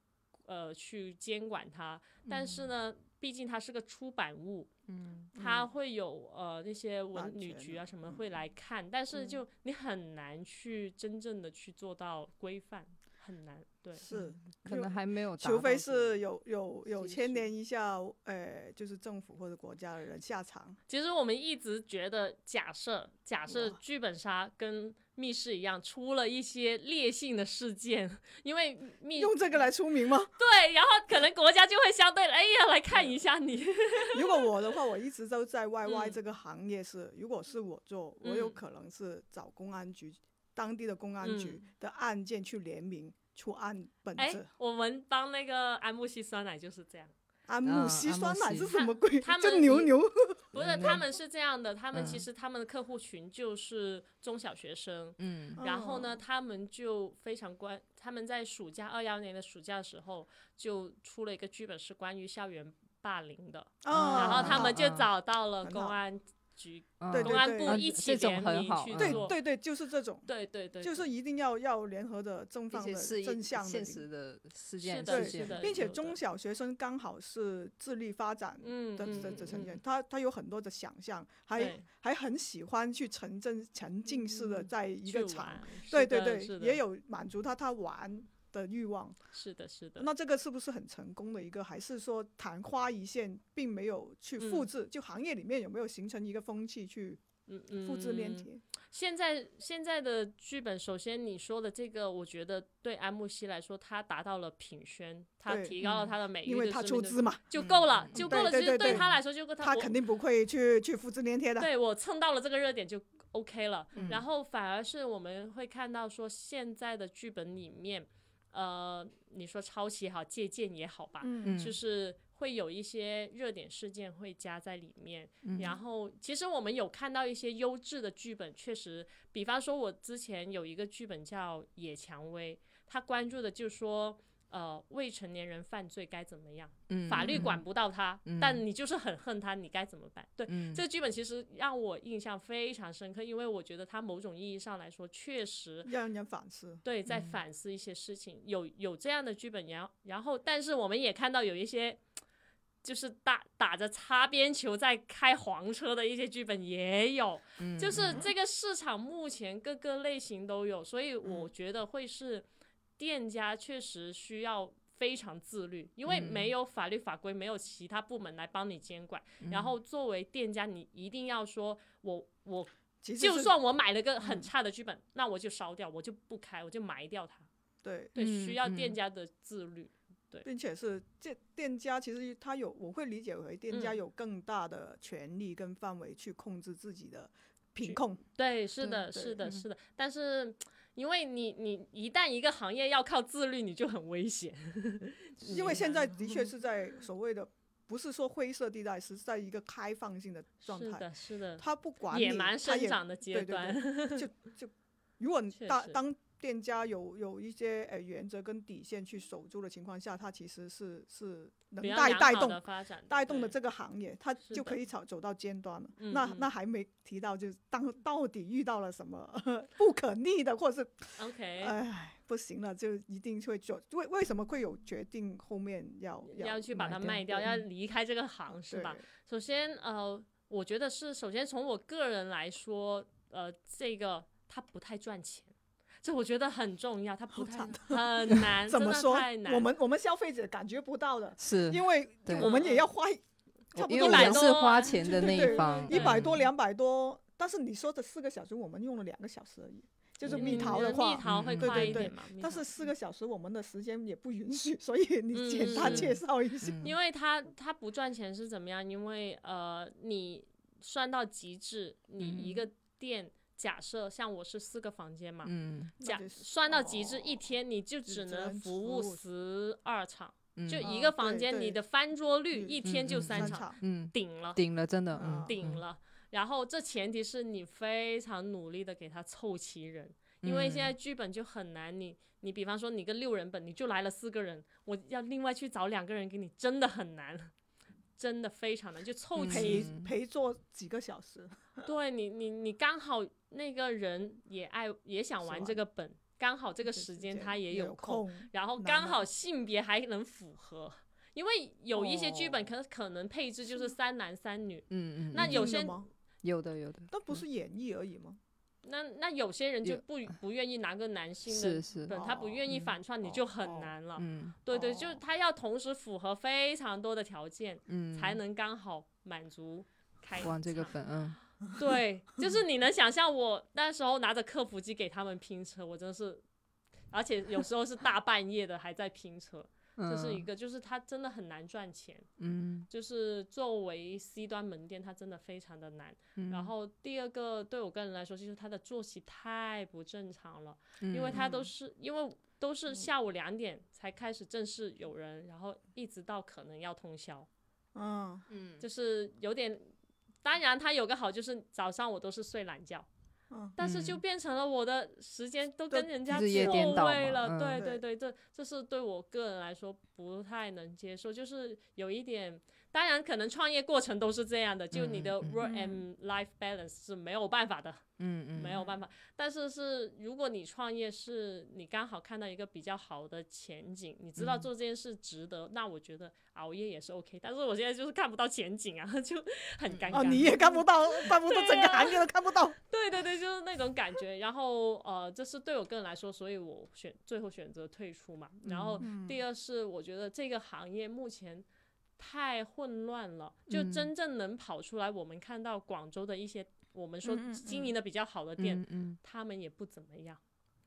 Speaker 1: 呃去監管它，但是
Speaker 3: 嗯
Speaker 1: 呢，畢竟它是個出版物，
Speaker 2: 嗯
Speaker 1: 它會有呃那些文
Speaker 3: 版
Speaker 1: 旅
Speaker 3: 权
Speaker 1: 局啊
Speaker 3: 啊
Speaker 1: 什么
Speaker 3: 嗯
Speaker 1: 會來看，但是就你很難去真正的去做到規範，很难，对，
Speaker 3: 是，
Speaker 2: 可
Speaker 3: 就
Speaker 2: 能还没有达到这
Speaker 3: 除
Speaker 2: 个，
Speaker 3: 非是有有有
Speaker 1: 基
Speaker 3: 牵
Speaker 1: 础
Speaker 3: 连一下，呃，就是政府或者国家的人下场，
Speaker 1: 其实我们一直觉得，假设假设
Speaker 3: 哇
Speaker 1: 剧本杀跟密室一样，出了一些烈性的事件， (laughs) 因为密
Speaker 3: 用这个来
Speaker 1: (laughs)
Speaker 3: 出名吗？
Speaker 1: 对，然后可能国家就会相对，哎呀，来看一下
Speaker 3: (laughs)
Speaker 1: 你，
Speaker 3: 如果我的话，我一直都在 YY
Speaker 1: 嗯
Speaker 3: 这个行业是，如果是我做，我有
Speaker 1: 嗯
Speaker 3: 可能是找公安局当地的公安局的案件去联名出案本
Speaker 1: 嗯哎
Speaker 3: 子。，
Speaker 1: 我们帮那个安慕希酸奶就是这样，
Speaker 3: 安慕
Speaker 2: 啊
Speaker 3: 希
Speaker 2: 安慕
Speaker 3: 酸奶
Speaker 2: 希
Speaker 3: 是什么鬼？
Speaker 1: 他
Speaker 3: 就
Speaker 1: 们
Speaker 3: 牛
Speaker 1: 一
Speaker 3: 牛 (laughs)
Speaker 1: 不是，他们是这样的，他们其
Speaker 2: 嗯
Speaker 1: 实他们的客户群就是中小学生，
Speaker 2: 嗯
Speaker 1: 然后呢，
Speaker 3: 哦
Speaker 1: 他们就非常关，他们在暑假二幺年的暑假的时候就出了一个剧本，是关于校园霸凌的，
Speaker 3: 啊，
Speaker 1: 然后他们就
Speaker 2: 嗯嗯
Speaker 1: 找到了
Speaker 3: 很
Speaker 1: 公
Speaker 3: 好
Speaker 1: 安局、
Speaker 2: 嗯
Speaker 3: 对
Speaker 1: 公安
Speaker 3: 对
Speaker 1: 部一起
Speaker 2: 这种
Speaker 1: 联
Speaker 2: 很
Speaker 1: 名
Speaker 2: 好
Speaker 1: 去
Speaker 2: 嗯
Speaker 3: 对
Speaker 1: 做，
Speaker 3: 对对，就是这种，
Speaker 1: 对对对，
Speaker 3: 就是一定要要联合的正
Speaker 2: 而
Speaker 3: 方
Speaker 2: 且
Speaker 3: 的
Speaker 2: 是一
Speaker 3: 正向的
Speaker 2: 现
Speaker 3: 领
Speaker 2: 实的事
Speaker 1: 是
Speaker 2: 件
Speaker 1: 的
Speaker 2: 事
Speaker 3: 是
Speaker 2: 件
Speaker 1: 的
Speaker 3: 并且
Speaker 1: 有的
Speaker 3: 中小学生刚好是智力发展
Speaker 1: 嗯
Speaker 3: 的
Speaker 1: 嗯
Speaker 3: 的的成
Speaker 1: 嗯
Speaker 3: 员
Speaker 1: 嗯，
Speaker 3: 他他有很多的想象，还
Speaker 1: 对
Speaker 3: 还很喜欢去沉浸沉浸式的
Speaker 1: 嗯
Speaker 3: 在一个
Speaker 1: 去
Speaker 3: 场
Speaker 1: 玩，
Speaker 3: 对
Speaker 1: 是
Speaker 3: 对
Speaker 1: 的
Speaker 3: 对
Speaker 1: 是，的
Speaker 3: 也有满足他他玩的欲望。
Speaker 1: 是的是的，
Speaker 3: 那这个是不是很成功的一个？还是说昙花一现，并没有去复
Speaker 1: 嗯
Speaker 3: 制？就行业里面有没有形成一个风气去
Speaker 1: 嗯嗯，
Speaker 3: 复制粘贴？
Speaker 1: 现在现在的剧本，首先你说的这个，我觉得对安慕希来说，他达到了品宣，他
Speaker 3: 对
Speaker 1: 提高了他的美誉，
Speaker 3: 嗯因为他出资嘛，
Speaker 1: 就够了，
Speaker 2: 嗯
Speaker 1: 就够了。
Speaker 3: 对
Speaker 1: 其实
Speaker 3: 对对
Speaker 1: 对他来说，就够
Speaker 3: 他
Speaker 1: 我
Speaker 3: 肯定不会去去复制粘贴的。
Speaker 1: 对我蹭到了这个热点就 OK 了。
Speaker 2: 嗯
Speaker 1: 然后反而是我们会看到说，现在的剧本里面，呃，你说抄袭也好，借鉴也好吧，
Speaker 3: 嗯
Speaker 2: 嗯
Speaker 1: 就是会有一些热点事件会加在里面。
Speaker 2: 嗯
Speaker 1: 然后，其实我们有看到一些优质的剧本，确实，比方说，我之前有一个剧本叫《野蔷薇》，它关注的就是说。呃，未成年人犯罪该怎么样？
Speaker 2: 嗯
Speaker 1: 法律
Speaker 2: 嗯
Speaker 1: 管不到他，
Speaker 2: 嗯
Speaker 1: 但你就是很恨他，你该怎么办？对，
Speaker 2: 嗯
Speaker 1: 这个剧本其实让我印象非常深刻，因为我觉得它某种意义上来说，确实
Speaker 3: 让人反思。
Speaker 1: 对在反思一些事情，有有这样的剧本，然后然后，但是我们也看到有一些。就是打打着擦边球在开黄车的一些剧本也有，
Speaker 2: 嗯
Speaker 1: 就是这个市场目前各个类型都有，所以我觉得会是店家确实需要非常自律，因为没有法律法规，没有其他部门来帮你监管。然后作为店家，你一定要说我我
Speaker 3: 其实
Speaker 1: 就是算我买了个很差的剧本，那我就烧掉，我就不开，我就埋掉它。
Speaker 3: 对，
Speaker 1: 对，
Speaker 2: 嗯
Speaker 1: 需要
Speaker 2: 嗯
Speaker 1: 店家的自律。
Speaker 3: 并且是这店家其实他有，我会理解为店家
Speaker 1: 嗯
Speaker 3: 有更大的权利跟范围去控制自己的品
Speaker 1: 去
Speaker 3: 控。
Speaker 1: 对，是
Speaker 3: 对
Speaker 1: 的，
Speaker 3: 对
Speaker 1: 是的，是的。但是，因为你你一旦一个行业要靠自律，你就很危险。
Speaker 3: 因为现在
Speaker 1: (laughs)
Speaker 3: 的确是在所谓的不是说灰色地带，是在一个开放性的状
Speaker 1: 是
Speaker 3: 态。
Speaker 1: 的，是的。
Speaker 3: 他不管
Speaker 1: 野
Speaker 3: 你
Speaker 1: 蛮
Speaker 3: 他
Speaker 1: 生
Speaker 3: 也
Speaker 1: 长的阶
Speaker 3: 对
Speaker 1: 段，(laughs)
Speaker 3: 对对就就如果
Speaker 1: 确
Speaker 3: 当
Speaker 1: 实
Speaker 3: 当店家有有一些呃原则跟底线去守住的情况下，他其实是是能
Speaker 1: 比较
Speaker 3: 带
Speaker 1: 良
Speaker 3: 带
Speaker 1: 好
Speaker 3: 动
Speaker 1: 的发展的，
Speaker 3: 带动了
Speaker 1: 的
Speaker 3: 这个行业，它
Speaker 1: 是的
Speaker 3: 就可以走走到尖端了。
Speaker 1: 嗯
Speaker 3: 那
Speaker 1: 嗯
Speaker 3: 那还没提到，就是当到底遇到了什么 (laughs) 不可逆的，或者是
Speaker 1: OK，
Speaker 3: 哎不行了，就一定会做。为为什么会有决定后面要
Speaker 1: 要去把它卖掉，
Speaker 3: 对嗯
Speaker 1: 要离开这个行是吧？？首先，呃，我觉得是首先从我个人来说，呃，这个它不太赚钱，这我觉得很重要，它不太
Speaker 3: 好
Speaker 1: 很难，
Speaker 3: 对怎么
Speaker 1: 真的
Speaker 3: 说
Speaker 1: 太？难。
Speaker 3: 我们我们消费者感觉不到的，
Speaker 2: 是
Speaker 3: 因为
Speaker 2: 对
Speaker 3: 我们也要花差
Speaker 2: 我
Speaker 3: 不
Speaker 2: 因
Speaker 3: 多
Speaker 2: 为我
Speaker 1: 100
Speaker 2: 们
Speaker 3: 两
Speaker 1: 多
Speaker 2: 是花
Speaker 1: 啊 (laughs)
Speaker 2: 钱的那
Speaker 3: 对
Speaker 2: 一方，
Speaker 3: 一百多
Speaker 2: 嗯
Speaker 3: 两百多，但是你说的四个小时，我们用了两个小时而已，就是
Speaker 1: 嗯
Speaker 3: 蜜桃的
Speaker 1: 嗯
Speaker 3: 话
Speaker 1: 蜜。桃会
Speaker 2: 嗯
Speaker 1: 快
Speaker 3: 对
Speaker 1: 一
Speaker 3: 对
Speaker 1: 点嘛？蜜
Speaker 3: 但
Speaker 1: 桃
Speaker 3: 是四个小时我们的时间也不允许，所以你
Speaker 1: 嗯
Speaker 3: 简单
Speaker 1: 嗯
Speaker 3: 介绍一下。
Speaker 2: 嗯
Speaker 1: 因为他他不赚钱是怎么样？因为呃，你算到极致，你
Speaker 3: 嗯
Speaker 1: 一个店、假设像我是四个房间嘛，
Speaker 2: 嗯
Speaker 1: 假
Speaker 3: 那就是
Speaker 1: 算到极致，
Speaker 3: 哦
Speaker 1: 一天你就
Speaker 3: 只
Speaker 1: 只
Speaker 3: 能
Speaker 1: 能服
Speaker 3: 服
Speaker 1: 务
Speaker 3: 务
Speaker 1: 十二场，
Speaker 2: 嗯
Speaker 1: 就
Speaker 3: 嗯
Speaker 1: 一
Speaker 3: 啊
Speaker 1: 个房
Speaker 3: 对
Speaker 1: 间，
Speaker 3: 对
Speaker 1: 你的翻桌率
Speaker 3: 嗯
Speaker 1: 一天就
Speaker 2: 嗯嗯
Speaker 1: 三场，
Speaker 3: 场，
Speaker 2: 嗯
Speaker 1: 顶了，
Speaker 2: 顶了真的
Speaker 3: 啊
Speaker 2: 嗯
Speaker 1: 顶
Speaker 2: 嗯
Speaker 1: 了。然后这前提是你非常努力的给他凑齐人。因为现在剧本就很难，你你比方说你个六人本，你就来了四个人，我要另外去找两个人给你，真的很难，真的非常难，就凑齐
Speaker 3: 陪
Speaker 2: 嗯
Speaker 3: 陪坐几个小时，
Speaker 1: 对你，你你刚好那个人也爱也想玩
Speaker 3: 是
Speaker 1: 这
Speaker 3: 玩
Speaker 1: 个本，刚好这
Speaker 3: 这
Speaker 1: 个时间他也
Speaker 3: 有
Speaker 1: 有空，，然后刚好性别还能符合，因为有一些剧本
Speaker 3: 哦
Speaker 1: 可可能配置就是三男三女，
Speaker 2: 嗯嗯，
Speaker 1: 那
Speaker 2: 嗯
Speaker 1: 有
Speaker 3: 真的
Speaker 1: 些嗯
Speaker 3: 吗？
Speaker 2: 有的有的，
Speaker 3: 但不是演绎而已吗？
Speaker 1: 那那有些人就
Speaker 2: 有
Speaker 1: 不不愿意拿个男性
Speaker 2: 是
Speaker 1: 的
Speaker 2: 是，
Speaker 1: 本，他不愿意
Speaker 2: 嗯
Speaker 1: 反串，你
Speaker 3: 哦
Speaker 1: 就
Speaker 3: 哦
Speaker 1: 很难了。
Speaker 2: 嗯
Speaker 1: 对对，
Speaker 3: 哦
Speaker 1: 就是他要同时符合非常多的条件，
Speaker 2: 嗯，
Speaker 1: 才能刚好满足开
Speaker 2: 往这个
Speaker 1: 场
Speaker 2: 本，嗯，
Speaker 1: 对，就是你能想象我那时候拿着客服机给他们拼车，我真的是，而且有时候是大半夜的还在拼车，这是一
Speaker 2: 嗯
Speaker 1: 个，就是他真的很难赚钱，
Speaker 2: 嗯，
Speaker 1: 就是作为 C 端门店，它真的非常的难。然
Speaker 2: 嗯
Speaker 1: 后第二个对我个人来说，就是他的作息太不正常了，因为
Speaker 2: 嗯
Speaker 1: 他
Speaker 3: 嗯
Speaker 1: 都是因为都是下午两点才开始正式有人，然后一直到可能要通宵。
Speaker 3: 嗯，
Speaker 2: 嗯
Speaker 1: 就是有点，当然它有个好就是早上我都是睡懒觉，
Speaker 3: 嗯
Speaker 1: 但是就变成了我的时间都跟人家错
Speaker 2: 日夜颠倒嘛
Speaker 1: 位了，
Speaker 2: 嗯
Speaker 1: 对
Speaker 3: 对
Speaker 1: 对对，这这是对我个人来说不太能接受，就是有一点，当然可能创业过程都是这样的，就你的
Speaker 2: 嗯嗯
Speaker 1: work
Speaker 3: 嗯
Speaker 1: and life balance 是没有办法的，
Speaker 2: 嗯嗯
Speaker 1: 没有办法。但是是如果你创业是你刚好看到一个比较好的前景，你
Speaker 2: 嗯
Speaker 1: 知道做这件事值得，那我觉得熬夜也是 OK。但是我现在就是看不到前景啊， (laughs) 就很
Speaker 2: 嗯
Speaker 1: 尴尬。
Speaker 3: 哦，你也看不到，看不到
Speaker 1: 嗯对
Speaker 3: 整个
Speaker 1: 啊
Speaker 3: 行业都看不到。
Speaker 1: 对对对，就是那种感觉。然后呃，这是对我个人来说，所以我选最后选择退出嘛。然
Speaker 2: 嗯
Speaker 1: 后
Speaker 3: 嗯
Speaker 1: 第二是我觉得这个行业目前。太混乱了，就
Speaker 2: 嗯
Speaker 1: 真正能跑出来，我们看到广州的一些我们说
Speaker 3: 嗯嗯嗯
Speaker 1: 经营的比较好的店，
Speaker 2: 嗯嗯
Speaker 1: 他们也不怎么样。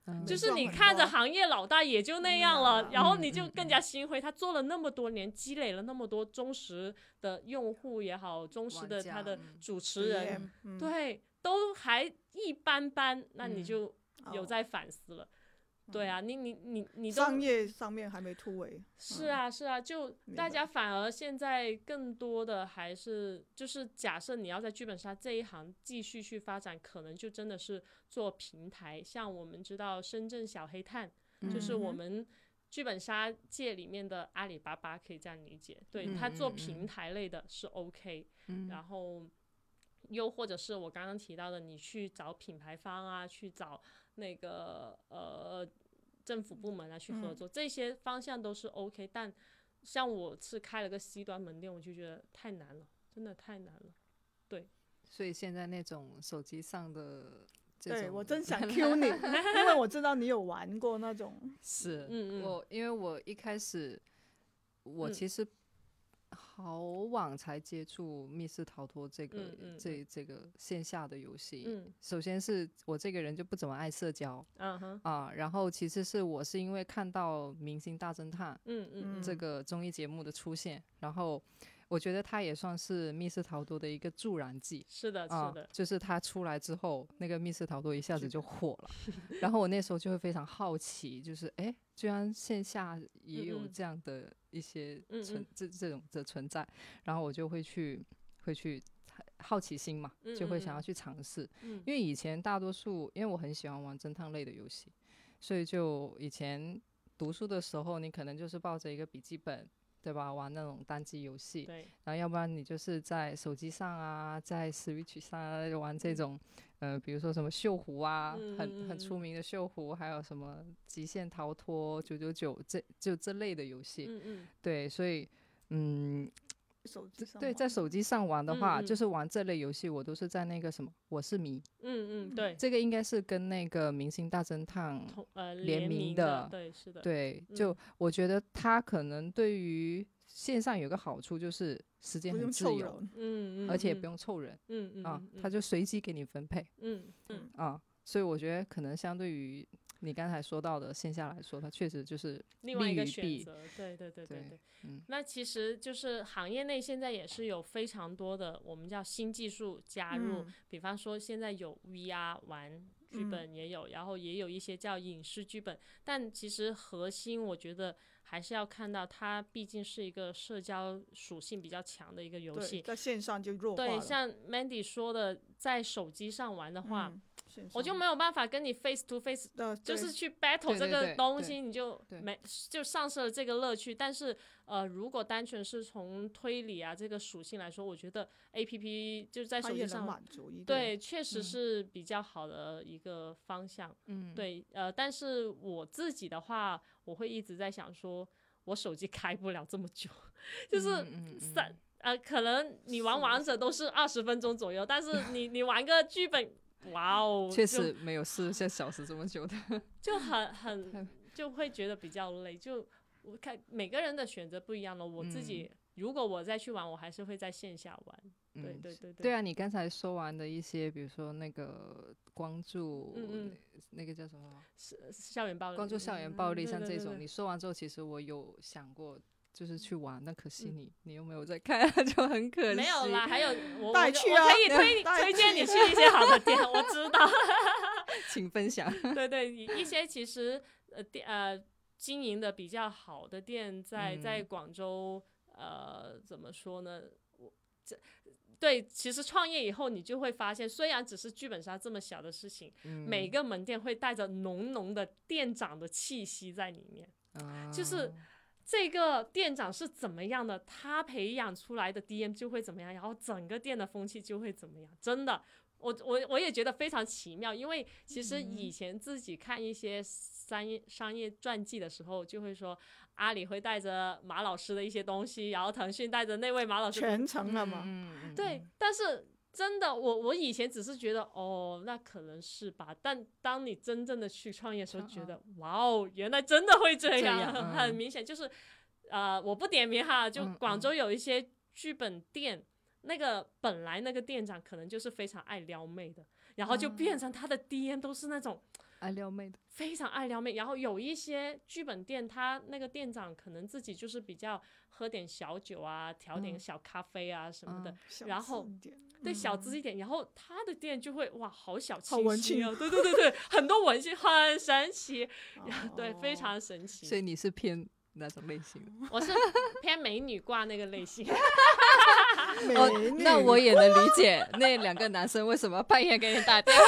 Speaker 2: 嗯，
Speaker 1: 就
Speaker 3: 没
Speaker 1: 是
Speaker 3: 错
Speaker 1: 你
Speaker 3: 很
Speaker 1: 看着
Speaker 3: 多
Speaker 1: 行业老大也就那样了，
Speaker 3: 嗯
Speaker 1: 然后
Speaker 2: 嗯
Speaker 1: 你
Speaker 2: 嗯
Speaker 1: 就更加心灰。他做了那么多年，积累了那么多忠实的用户也好，忠实
Speaker 2: 玩
Speaker 1: 的
Speaker 2: 家
Speaker 1: 他的
Speaker 2: 嗯
Speaker 1: 主持人，
Speaker 3: 嗯，
Speaker 1: 对，都还一般般，那你
Speaker 2: 嗯
Speaker 1: 就有
Speaker 3: 哦嗯
Speaker 1: 在反思了。对啊，你你你你都
Speaker 3: 商业上面还没突围。
Speaker 1: 是啊是啊，就
Speaker 3: 明
Speaker 1: 大
Speaker 3: 白
Speaker 1: 家反而现在更多的还是就是假设你要在剧本杀这一行继续去发展，可能就真的是做平台，像我们知道深圳小黑炭。就是我
Speaker 3: 嗯哼
Speaker 1: 们剧本杀界里面的阿里巴巴，可以这样理解。对
Speaker 2: 嗯
Speaker 1: 他做
Speaker 2: 嗯
Speaker 1: 平
Speaker 2: 嗯
Speaker 1: 台类的是 OK，、
Speaker 2: 嗯
Speaker 1: 然后又或者是我刚刚提到的，你去找品牌方啊，去找那个呃政府部门啊去合
Speaker 3: 嗯
Speaker 1: 作，这些方向都是 OK。但像我是开了个 C 端门店，我就觉得太难了，真的太难了。
Speaker 2: 所以现在那种手机上的这种，
Speaker 3: 对我
Speaker 1: (laughs)
Speaker 3: 真想 Q 你，因为我知道你有玩过那种。
Speaker 2: 是，
Speaker 1: 嗯嗯
Speaker 2: 我因为我一开始我
Speaker 1: 嗯
Speaker 2: 其实好晚才接触密室逃脱这个、
Speaker 1: 嗯嗯
Speaker 2: 这这个线下的游戏。
Speaker 1: 嗯
Speaker 2: 首先是我这个人就不怎么爱社交
Speaker 1: 嗯哼，
Speaker 2: 啊，然后其次是我是因为看到《明星大侦探》
Speaker 1: 嗯嗯
Speaker 2: 这
Speaker 3: 嗯
Speaker 2: 个综艺节目的出现，然后我觉得它也算是密室逃脱的一个助燃剂。
Speaker 1: 是的，
Speaker 2: 啊
Speaker 1: 是，的，
Speaker 2: 就是它出来之后，那个密室逃脱一下子就火
Speaker 1: (laughs)
Speaker 2: 了。然后我那时候就会非常好奇，就是哎，诶居然线下也有
Speaker 1: 嗯嗯
Speaker 2: 这样的一些
Speaker 1: 嗯
Speaker 2: 存
Speaker 1: 嗯
Speaker 2: 这这种的存在，然后我就会去会去好奇心嘛，就会想
Speaker 1: 嗯嗯
Speaker 2: 要
Speaker 1: 嗯
Speaker 2: 去尝试。
Speaker 1: 嗯
Speaker 2: 因为以前大多数，因为我很喜欢玩侦探类的游戏，所以就以前读书的时候，你可能就是抱着一个笔记本。对吧？玩那种单机游戏，
Speaker 1: 对，
Speaker 2: 然后要不然你就是在手机上啊，在 Switch 上、啊、玩
Speaker 1: 嗯
Speaker 2: 这种，呃，比如说什么锈湖啊，很很
Speaker 1: 嗯
Speaker 2: 出
Speaker 1: 嗯嗯
Speaker 2: 名的锈湖，还有什么极限逃脱九九九这就这类的游戏。
Speaker 1: 嗯嗯
Speaker 2: 对，所以嗯，
Speaker 3: 手机上
Speaker 2: 对，
Speaker 3: 玩
Speaker 2: 在手机上玩的话，
Speaker 1: 嗯嗯
Speaker 2: 就是玩这类游戏，我都是在那个什么，我是迷，
Speaker 1: 嗯嗯，对，
Speaker 2: 这个应该是跟那个《明星大侦探》
Speaker 1: 同呃
Speaker 2: 联
Speaker 1: 联
Speaker 2: 名
Speaker 1: 名
Speaker 2: 的
Speaker 1: 对，是的，嗯
Speaker 2: 对，就我觉得它可能对于线上有个好处就是时间
Speaker 3: 不
Speaker 2: 很
Speaker 3: 用
Speaker 2: 自
Speaker 3: 凑
Speaker 2: 由，
Speaker 3: 人，
Speaker 1: 嗯，嗯
Speaker 2: 而且也
Speaker 1: 嗯
Speaker 2: 不用凑人。
Speaker 1: 嗯嗯
Speaker 2: 啊
Speaker 1: 嗯，嗯
Speaker 2: 他就随机给你分配
Speaker 1: 嗯嗯
Speaker 2: 啊，所以我觉得可能相对于你刚才说到的线下来说，它确实就是
Speaker 1: 另外一个
Speaker 2: 利与
Speaker 1: 选
Speaker 2: 弊
Speaker 1: 择，对对对对
Speaker 2: 对
Speaker 1: 对。
Speaker 2: 嗯
Speaker 1: 那其实就是行业内现在也是有非常多的我们叫新技术加入，
Speaker 3: 嗯
Speaker 1: 比方说现在有 VR 玩。剧
Speaker 3: 嗯
Speaker 1: 本也有，然后也有一些叫影视剧本，但其实核心我觉得还是要看到它毕竟是一个社交属性比较强的一个游
Speaker 3: 对，
Speaker 1: 戏。
Speaker 3: 在线上就弱化
Speaker 1: 对，
Speaker 3: 了。
Speaker 1: 像 Mandy 说的，在手机上玩的话，
Speaker 3: 嗯，线
Speaker 1: 我就
Speaker 3: 上
Speaker 1: 没有办法跟你 face to face
Speaker 3: 呃
Speaker 1: 就
Speaker 3: 对
Speaker 1: 是去 battle
Speaker 2: 对
Speaker 1: 这
Speaker 2: 对
Speaker 1: 个
Speaker 2: 对
Speaker 1: 东
Speaker 2: 对
Speaker 1: 西，你就
Speaker 2: 对
Speaker 1: 没就丧失了这个乐趣。但是，呃，如果单纯是从推理啊这个属性来说，我觉得 A P P 就在
Speaker 3: 它
Speaker 1: 手
Speaker 3: 也
Speaker 1: 机
Speaker 3: 能
Speaker 1: 上，
Speaker 3: 满足一
Speaker 1: 对，确实
Speaker 2: 嗯
Speaker 1: 是比较好的一个方向。
Speaker 2: 嗯，
Speaker 1: 对，呃，但是我自己的话，我会一直在想说，我手机开不了这么久，就是
Speaker 2: 嗯
Speaker 1: 三、呃，可能你玩
Speaker 3: 是
Speaker 1: 王者都是二十分钟左右，但是你你玩个剧本。哇哦，
Speaker 2: (laughs) 确实没有四十个小时这么
Speaker 1: (laughs)
Speaker 2: 久的。
Speaker 1: 就，就
Speaker 2: (laughs)
Speaker 1: 很很就会觉得比较累。就我看每个人的选择不一样了。我
Speaker 2: 嗯
Speaker 1: 自己、如果我再去玩，我还是会在线下玩。对
Speaker 2: 嗯
Speaker 1: 对对
Speaker 2: 对啊，你刚才说完的一些，比如说那个光柱，
Speaker 1: 嗯嗯
Speaker 2: 那个叫什么？
Speaker 1: 是校园暴力，
Speaker 2: 关注校园暴力，
Speaker 1: 嗯
Speaker 2: 像这
Speaker 1: 对对
Speaker 2: 种，
Speaker 1: 对
Speaker 2: 你说完之后，其实我有想过，就是去玩，但可惜你你又没有在看， (laughs) 就很可惜。
Speaker 1: 嗯没有啦，
Speaker 2: (laughs)
Speaker 1: 还有我
Speaker 3: 带
Speaker 1: 我就
Speaker 3: 去
Speaker 1: 我
Speaker 3: 啊
Speaker 1: 可以推
Speaker 3: 带
Speaker 1: 推荐
Speaker 3: 去
Speaker 1: 你去一些好的店，我知道。
Speaker 2: 请分享。
Speaker 1: 对对，一一些其实呃店呃经营的比较好的店在，在
Speaker 2: 嗯
Speaker 1: 广州呃怎么说呢？我这对，其实创业以后你就会发现，虽然只是剧本杀这么小的事情， (laughs)
Speaker 2: 嗯
Speaker 1: 每个门店会带着浓浓的店长的气息在里面。
Speaker 2: 嗯
Speaker 1: 就是这个店长是怎么样的，他培养出来的 DM 就会怎么样，然后整个店的风气就会怎么样。真的，我我我也觉得非常奇妙，因为其实以前自己看一些商业商业传记的时候，就会说阿里会带着马老师的一些东西，然后腾讯带着那位马老师的
Speaker 3: 全程了嘛，
Speaker 2: 嗯，嗯
Speaker 1: 对，，但是真的，我我以前只是觉得哦，那可能是吧。但当你真正的去创业的时候，
Speaker 2: 嗯嗯
Speaker 1: 觉得哇哦，原来真的会这
Speaker 2: 这
Speaker 1: 样，
Speaker 2: 样嗯
Speaker 1: 很明显就是，呃，我不点名哈，就
Speaker 2: 嗯
Speaker 1: 广
Speaker 2: 嗯
Speaker 1: 州有一些剧本店。那个本来那个店长可能就是非常爱撩妹的，然后就
Speaker 2: 嗯
Speaker 1: 变成他的 DM 都是那种
Speaker 2: 爱啊撩妹的，
Speaker 1: 非常爱撩妹，然后有一些剧本店，他那个店长可能自己就是比较喝点小酒啊，调点
Speaker 2: 嗯
Speaker 1: 小咖啡啊什么的，
Speaker 2: 嗯
Speaker 3: 小
Speaker 1: 然
Speaker 3: 资
Speaker 1: 后
Speaker 3: 一点
Speaker 1: 对，小资一点，然后他的店就会哇，好小清
Speaker 3: 嗯好文
Speaker 1: 新
Speaker 3: 青
Speaker 1: 啊，对对对对，很多文青，很神奇，对，非
Speaker 3: 哦
Speaker 1: 常神
Speaker 2: 所以
Speaker 1: 奇。
Speaker 2: 你是偏哪种类
Speaker 1: (laughs)
Speaker 2: 型的？
Speaker 1: 我是偏美女挂那个类
Speaker 3: (laughs)
Speaker 1: 型，
Speaker 3: 美
Speaker 2: 哦
Speaker 3: 女，
Speaker 2: 那我也能理解那两个男生为什么半夜给你打
Speaker 1: (laughs)
Speaker 2: 电话。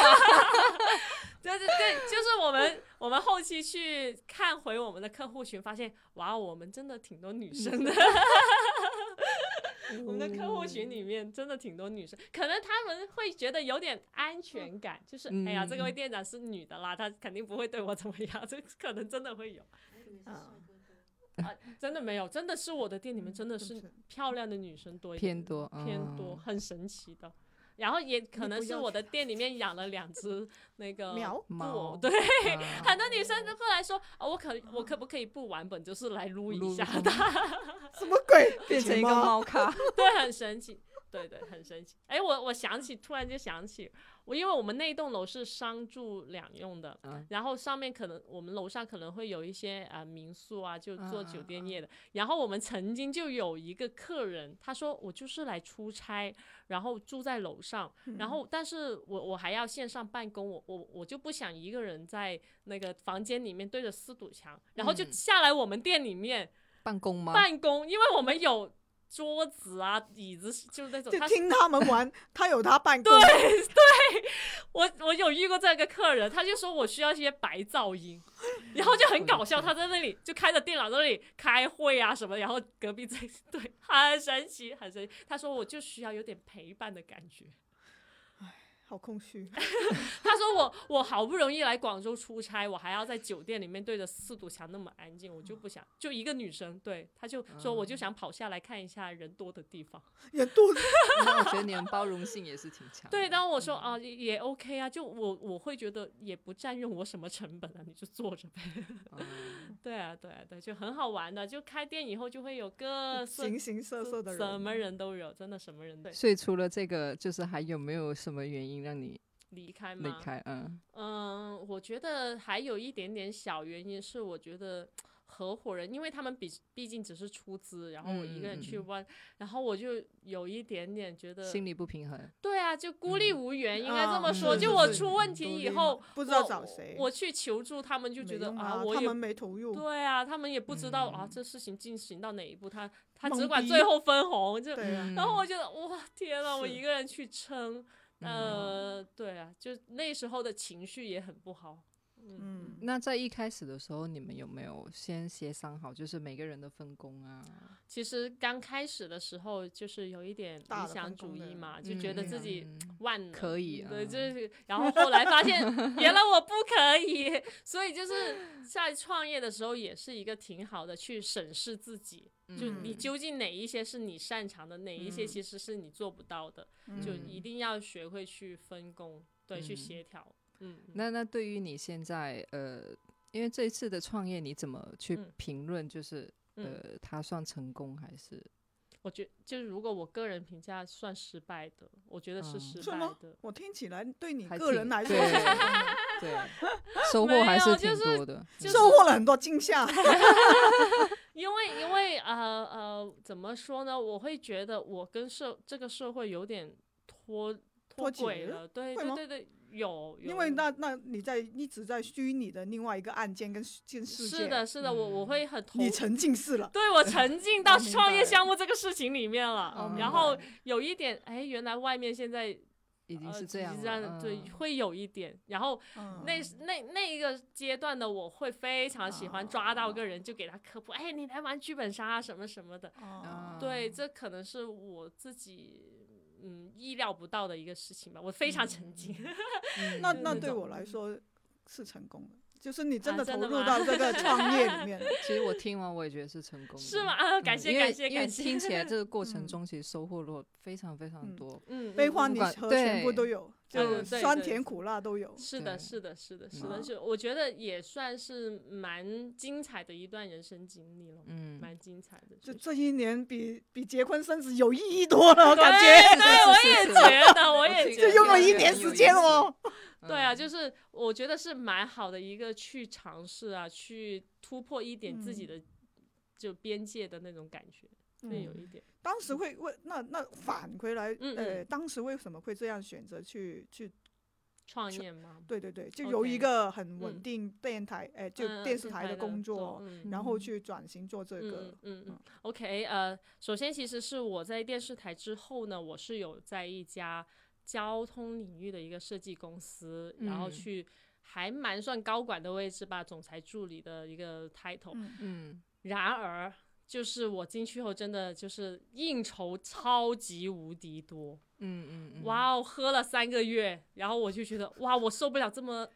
Speaker 1: 对对对，就是我们我们后期去看回我们的客户群，发现哇，我们真的挺多女生的， (laughs) 我们的客户群
Speaker 3: 嗯
Speaker 1: 里面真的挺多女生，可能他们会觉得有点安全感，就是、哎呀，
Speaker 3: 嗯
Speaker 1: 这个位店长是女的啦，她肯定不会对我怎么样， (laughs) 这可能真的会有。
Speaker 3: 啊
Speaker 1: 呃真的没有，真的是我的店里面真的
Speaker 3: 是
Speaker 1: 是
Speaker 3: 不是
Speaker 1: 漂亮的女生多一点，
Speaker 2: 偏多，嗯
Speaker 1: 偏多，很神奇的。然后也可能
Speaker 3: 不
Speaker 1: 是
Speaker 3: 要
Speaker 1: 我
Speaker 3: 去
Speaker 1: 的店里面养了两
Speaker 3: (laughs)
Speaker 1: 只那个
Speaker 3: 苗
Speaker 1: 布
Speaker 2: 猫
Speaker 1: 偶，对，
Speaker 2: 嗯，啊
Speaker 1: 很多女生都过来说，哦，我可我可不可以不玩本，就是来撸
Speaker 2: 撸
Speaker 1: 一下
Speaker 2: 撸
Speaker 1: 它，
Speaker 3: (laughs) 什么
Speaker 1: (laughs)
Speaker 3: 鬼？
Speaker 2: 变成一个
Speaker 3: 行吗
Speaker 2: 猫咖。
Speaker 1: 对，很神奇，对对，很神奇。哎，我我想起，突然就想起，我因为我们那一栋楼是商住两用的，
Speaker 2: 嗯
Speaker 1: 然后上面可能我们楼上可能会有一些啊、呃民宿啊，就做
Speaker 2: 嗯
Speaker 1: 酒
Speaker 2: 嗯
Speaker 1: 店业的。然后我们曾经就有一个客人，他说我就是来出差，然后住在楼上，
Speaker 3: 嗯
Speaker 2: 嗯
Speaker 1: 然后但是我我还要线上办公，我我我就不想一个人在那个房间里面对着四堵墙，然后就
Speaker 2: 嗯
Speaker 1: 下来我们店里面
Speaker 2: 办公吗？
Speaker 1: 办公，因为我们有。桌子啊，椅子就是那种，
Speaker 3: 就
Speaker 1: 他
Speaker 3: 听他们
Speaker 1: (laughs)
Speaker 3: 玩，他有他办公，对，
Speaker 1: 我我有遇过这个客人，他就说我需要一些白噪音，然后就很搞笑，他在那里就开着电脑在那里开会啊什么，然后隔壁在 (laughs) 对，很神奇，很神奇。他说我就需要有点陪伴的感觉。
Speaker 3: 好空虚。
Speaker 1: 他说我我好不容易来广州出差，我还要在酒店里面对着四堵墙那么安静，我就不想。就一个女生，对，他就说我就想跑下来看一下人多的地方。(laughs)
Speaker 3: 也肚子
Speaker 2: (laughs) 那我觉得你们包容性也是挺强。
Speaker 1: 对，，当我说啊也也 OK 啊，就我我会觉得也不占用我什么成本啊，你就坐着呗。 (laughs)
Speaker 2: 嗯
Speaker 1: 对啊，对啊，对，就很好玩的。就开店以后就会有各呃色
Speaker 3: 形形色色的
Speaker 1: 什
Speaker 3: 人，
Speaker 1: 么人都有，真的什么人都有
Speaker 2: 所以除了这个，就是还有没有什么原因让你
Speaker 1: 离开
Speaker 2: 离
Speaker 1: 吗？
Speaker 2: 开？嗯，
Speaker 1: 嗯，我觉得还有一点点小原因是，我觉得合伙人，因为他们毕毕竟只是出资，然后我一个人去
Speaker 2: 嗯嗯
Speaker 1: 玩，然后我就有一点点觉得，
Speaker 2: 心理不平衡。
Speaker 1: 对啊，就孤立无援，应该这
Speaker 3: 啊
Speaker 1: 么说。
Speaker 3: 是
Speaker 1: 就是我
Speaker 3: 是
Speaker 1: 出问题
Speaker 3: 独
Speaker 1: 以
Speaker 3: 立
Speaker 1: 后
Speaker 3: 嘛，不知道
Speaker 1: 我
Speaker 3: 找谁
Speaker 1: 我去求助，他们就觉得
Speaker 3: 没用啊，
Speaker 1: 我
Speaker 3: 他
Speaker 1: 也
Speaker 3: 们没投入，
Speaker 1: 对啊，他们也不知道、啊，
Speaker 2: 嗯
Speaker 1: 这事情进行到哪一步，他他
Speaker 3: 懵
Speaker 1: 只管
Speaker 3: 逼
Speaker 1: 最后分红，就
Speaker 3: 对啊，
Speaker 2: 嗯
Speaker 1: 然后我觉得哇天呐，我
Speaker 3: 是
Speaker 1: 一个人去撑，呃，对啊，就那时候的情绪也很不好，
Speaker 3: 嗯，
Speaker 2: 那在一开始的时候，你们有没有先协商好，就是每个人的分工啊？
Speaker 1: 其实刚开始的时候就是有一点
Speaker 3: 大
Speaker 1: 理
Speaker 3: 的
Speaker 1: 想
Speaker 3: 分
Speaker 1: 主
Speaker 3: 工的
Speaker 1: 义嘛，
Speaker 3: 人
Speaker 1: 就觉得
Speaker 3: 嗯
Speaker 1: 自己
Speaker 2: 嗯
Speaker 1: 万能
Speaker 2: 可以啊
Speaker 1: 对，就是然后后来发
Speaker 2: (laughs)
Speaker 1: 现原来我不可以，所以就是在创业的时候也是一个挺好的去审视自己，就你
Speaker 3: 嗯
Speaker 1: 究竟哪一些是你擅长的，哪一些
Speaker 3: 嗯
Speaker 2: 嗯
Speaker 1: 其实是你做不到的，就一定要学会去分工。对，去
Speaker 2: 嗯
Speaker 1: 协调。嗯，嗯
Speaker 2: 那那对于你现在呃，因为这一次的创业，你怎么去
Speaker 1: 嗯
Speaker 2: 评论？就是、
Speaker 1: 嗯
Speaker 2: 呃，它算成功还是
Speaker 1: 我觉就是如果我个人评价算失败的，我觉得是
Speaker 2: 嗯
Speaker 1: 失
Speaker 3: 是
Speaker 1: 败
Speaker 3: 吗
Speaker 1: 的。？
Speaker 3: 我听起来对你
Speaker 2: 还
Speaker 3: 个人
Speaker 2: 挺
Speaker 3: 来说
Speaker 2: 对
Speaker 3: 是
Speaker 2: 对收
Speaker 1: 没
Speaker 2: 获还
Speaker 1: 有
Speaker 2: 是
Speaker 1: 就
Speaker 2: 挺
Speaker 1: 是
Speaker 2: 多的？
Speaker 1: 就
Speaker 2: 嗯
Speaker 1: 是
Speaker 3: 收获了很多
Speaker 1: (laughs)
Speaker 3: 惊吓。
Speaker 1: 因为因为呃呃，怎么说呢？我会觉得我跟社这个社会有点脱
Speaker 3: 脱节
Speaker 1: 轨了。对
Speaker 3: 会
Speaker 1: 对
Speaker 3: 吗
Speaker 1: 对对，有有。
Speaker 3: 因为那那你在一直在虚拟的另外一个案件跟事件事件，
Speaker 1: 是的，是的，我我会很投
Speaker 3: 你沉浸式
Speaker 1: (laughs)
Speaker 3: 了，
Speaker 1: 对我沉浸到
Speaker 2: 嗯我明
Speaker 1: 创业
Speaker 2: 白
Speaker 1: 项目这个事情里面了，
Speaker 2: 哦
Speaker 1: 然
Speaker 2: 明
Speaker 1: 后
Speaker 2: 白
Speaker 1: 有一点，哎，原来外面现在
Speaker 2: 已经
Speaker 1: 呃
Speaker 2: 是这样了，
Speaker 1: 这样对
Speaker 2: 嗯，
Speaker 1: 会有一点。然后
Speaker 3: 嗯
Speaker 1: 那那那一个阶段的我会非常喜
Speaker 2: 哦
Speaker 1: 欢抓到个人就给他科普，哎，你来玩剧本杀啊什么什么的。
Speaker 3: 哦
Speaker 1: 啊
Speaker 2: 嗯
Speaker 1: 对，这可能是我自己嗯意料不到的一个事情吧，我非
Speaker 2: 嗯
Speaker 1: 常沉浸。 (laughs)
Speaker 3: 那
Speaker 1: 嗯
Speaker 3: 那
Speaker 1: 那
Speaker 3: 对
Speaker 1: 种
Speaker 3: 我来说是成功的，就是你真
Speaker 1: 啊
Speaker 3: 的
Speaker 1: 真
Speaker 3: 投
Speaker 1: 的
Speaker 3: 入
Speaker 1: 吗
Speaker 3: 到这个创业
Speaker 1: (laughs)
Speaker 3: 里面了。
Speaker 2: 其实我听完我也觉得是成功的，
Speaker 1: 是吗？？啊，感
Speaker 2: 嗯
Speaker 1: 谢
Speaker 2: 因
Speaker 1: 感
Speaker 2: 为
Speaker 1: 谢
Speaker 2: 因为
Speaker 1: 感谢。
Speaker 2: 听起来这个过程
Speaker 1: (laughs)
Speaker 3: 嗯
Speaker 2: 中其实收获了非常非常
Speaker 3: 嗯
Speaker 2: 多。
Speaker 1: 嗯，
Speaker 3: 悲
Speaker 1: 嗯
Speaker 3: 欢
Speaker 1: 嗯
Speaker 3: 离
Speaker 2: 管
Speaker 3: 合全部
Speaker 2: 对
Speaker 3: 都有，
Speaker 1: 嗯
Speaker 3: 就
Speaker 1: 对对
Speaker 3: 酸甜苦辣都有。
Speaker 1: 是的，
Speaker 2: 对
Speaker 1: 是的，是的，是的，
Speaker 2: 嗯
Speaker 1: 就我觉得也算是蛮精彩的一段人生经历了，
Speaker 2: 嗯，
Speaker 1: 蛮精彩的。确
Speaker 3: 就
Speaker 1: 实
Speaker 3: 这一年比比结婚生子有意义多了，我感觉
Speaker 1: 对，对，我也
Speaker 2: 是是
Speaker 1: 觉得，我
Speaker 2: 我
Speaker 1: 也
Speaker 2: 挺
Speaker 1: 觉
Speaker 3: 就
Speaker 1: 得，
Speaker 3: 用了
Speaker 2: 有
Speaker 3: 一年
Speaker 2: 点有
Speaker 3: 时
Speaker 2: 意
Speaker 3: 间
Speaker 2: 思嗯
Speaker 3: 哦。
Speaker 1: 对啊，就是是我觉得是蛮好的一个去尝试啊，去突破一点自
Speaker 3: 嗯
Speaker 1: 己的就边界的那种感觉，会有
Speaker 3: 嗯，
Speaker 1: 一点。
Speaker 3: 当时会为那那返回来，
Speaker 1: 嗯
Speaker 3: 呃，
Speaker 1: 嗯
Speaker 3: 当时为什么会这样选择去去？
Speaker 1: 创业嘛，
Speaker 3: 对对对，就
Speaker 1: OK
Speaker 3: 由一个很
Speaker 1: 嗯
Speaker 3: 稳定电台，哎，就
Speaker 1: 嗯
Speaker 3: 电视台的工
Speaker 1: 电
Speaker 3: 作，
Speaker 1: 嗯
Speaker 3: 然后去转型做这
Speaker 1: 嗯
Speaker 3: 个。
Speaker 1: 嗯嗯嗯
Speaker 3: 嗯
Speaker 1: ，OK，呃，首先其实是我在电视台之后呢，我是有在一家交通领域的一个设计公司，然后
Speaker 2: 嗯
Speaker 1: 去还蛮算高管的位置吧，总裁助理的一个 title。
Speaker 3: 嗯，
Speaker 2: 嗯，
Speaker 1: 然而，就是我进去后真的就是应酬超级无敌多，
Speaker 2: 嗯嗯嗯，
Speaker 1: 哇哦，喝了三个月，然后我就觉得哇，我受不了这么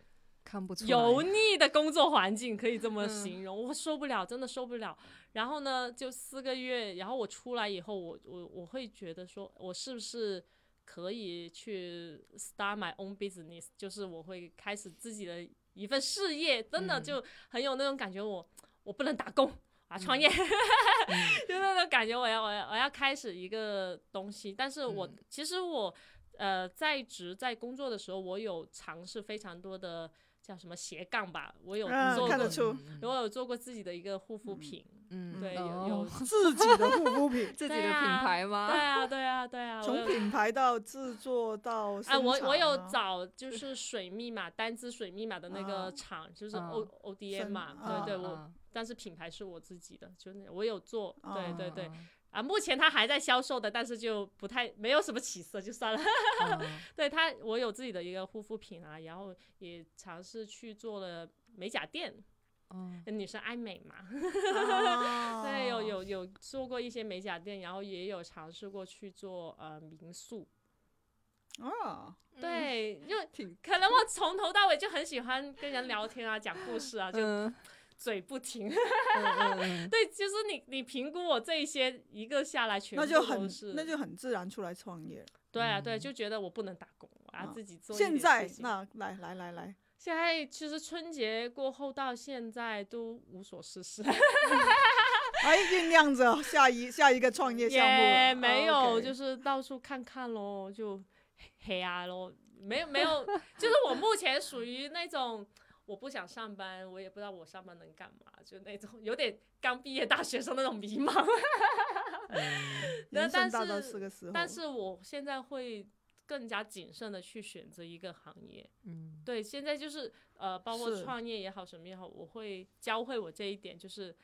Speaker 2: 看不出
Speaker 1: 油
Speaker 2: 来
Speaker 1: 腻的工作环境，可以这么
Speaker 2: 嗯
Speaker 1: 形容，我受不了，真的受不了。然后呢，就四个月，然后我出来以后，我我我会觉得说，我是不是可以去 start my own business，就是我会开始自己的一份事业，真的
Speaker 2: 嗯
Speaker 1: 就很有那种感觉我，我不能打工。啊，创
Speaker 2: 嗯
Speaker 1: 业、 (laughs) 就那种感觉，我要我要我要开始一个东西，但是我、
Speaker 2: 嗯
Speaker 1: 其实我呃在职在工作的时候，我有尝试非常多的叫什么斜杠吧，我有
Speaker 3: 嗯
Speaker 1: 做过，
Speaker 3: 看得出
Speaker 1: 我有做过自己的一个护肤品，
Speaker 2: 嗯
Speaker 1: 对，有
Speaker 2: 哦，
Speaker 1: 有，
Speaker 3: 自己的护肤品
Speaker 1: (laughs)
Speaker 2: 自己的
Speaker 1: 对
Speaker 2: 品
Speaker 1: 啊
Speaker 2: 牌吗？
Speaker 1: 对啊，对啊，对
Speaker 3: (laughs)
Speaker 1: 啊，我
Speaker 3: 从
Speaker 1: 有。
Speaker 3: 品牌到制作到
Speaker 1: 哎，我
Speaker 3: 生
Speaker 1: 我有
Speaker 3: 产啊
Speaker 1: 找 (laughs) 就是水密码单支水密码的那个
Speaker 3: 啊
Speaker 1: 厂，就是
Speaker 2: 啊
Speaker 1: O O D M
Speaker 3: 生
Speaker 1: 嘛，
Speaker 3: 啊
Speaker 1: 对对，我
Speaker 2: 啊
Speaker 1: 但是品牌是我自己的，就那我有做，对对对，
Speaker 2: 啊
Speaker 1: 啊，目前它还在销售的，但是就不太没有什么起色，就算了。
Speaker 2: 啊
Speaker 1: 对它，我有自己的一个护肤品啊，然后也尝试去做了美甲店，
Speaker 2: 啊
Speaker 1: 女生爱美嘛， (laughs)
Speaker 3: 啊
Speaker 1: 对，有有有做过一些美甲店，然后也有尝试过去做呃民宿，
Speaker 3: 啊，
Speaker 1: 对，因
Speaker 3: (laughs)
Speaker 1: 为
Speaker 2: 挺
Speaker 1: 可能我从头到尾就很喜欢跟人聊天啊，讲故事啊，就
Speaker 2: 嗯
Speaker 1: 嘴不停。 (laughs)
Speaker 2: 嗯嗯嗯
Speaker 1: 对，就是你你评估我这一些一个下来，全
Speaker 3: 那
Speaker 1: 部
Speaker 3: 就
Speaker 1: 都
Speaker 3: 很
Speaker 1: 是，
Speaker 3: 那就很自然出来创业了。
Speaker 1: 对啊对，
Speaker 2: 嗯
Speaker 1: 就觉得我不能打工，我要
Speaker 3: 啊
Speaker 1: 自己做一点
Speaker 3: 现
Speaker 1: 事情。
Speaker 3: 在那来来来来，
Speaker 1: 现在其实春节过后到现在都无所事事，
Speaker 3: 哎，酝酿着下一下一个创业项目了
Speaker 1: 也没有，
Speaker 3: 啊，OK
Speaker 1: 就是到处看看咯，就黑啊咯，没有没有，就是我目前属于那种我不想上班，我也不知道我上班能干嘛，就那种有点刚毕业大学生那种迷茫。那
Speaker 3: 人
Speaker 1: 但
Speaker 3: 生大到
Speaker 1: 是
Speaker 3: 这个时候，
Speaker 1: 但是我现在会更加谨慎的去选择一个行业，
Speaker 2: 嗯
Speaker 1: 对，现在就是呃，包括
Speaker 3: 是
Speaker 1: 创业也好，什么也好，我会教会我这一点，就是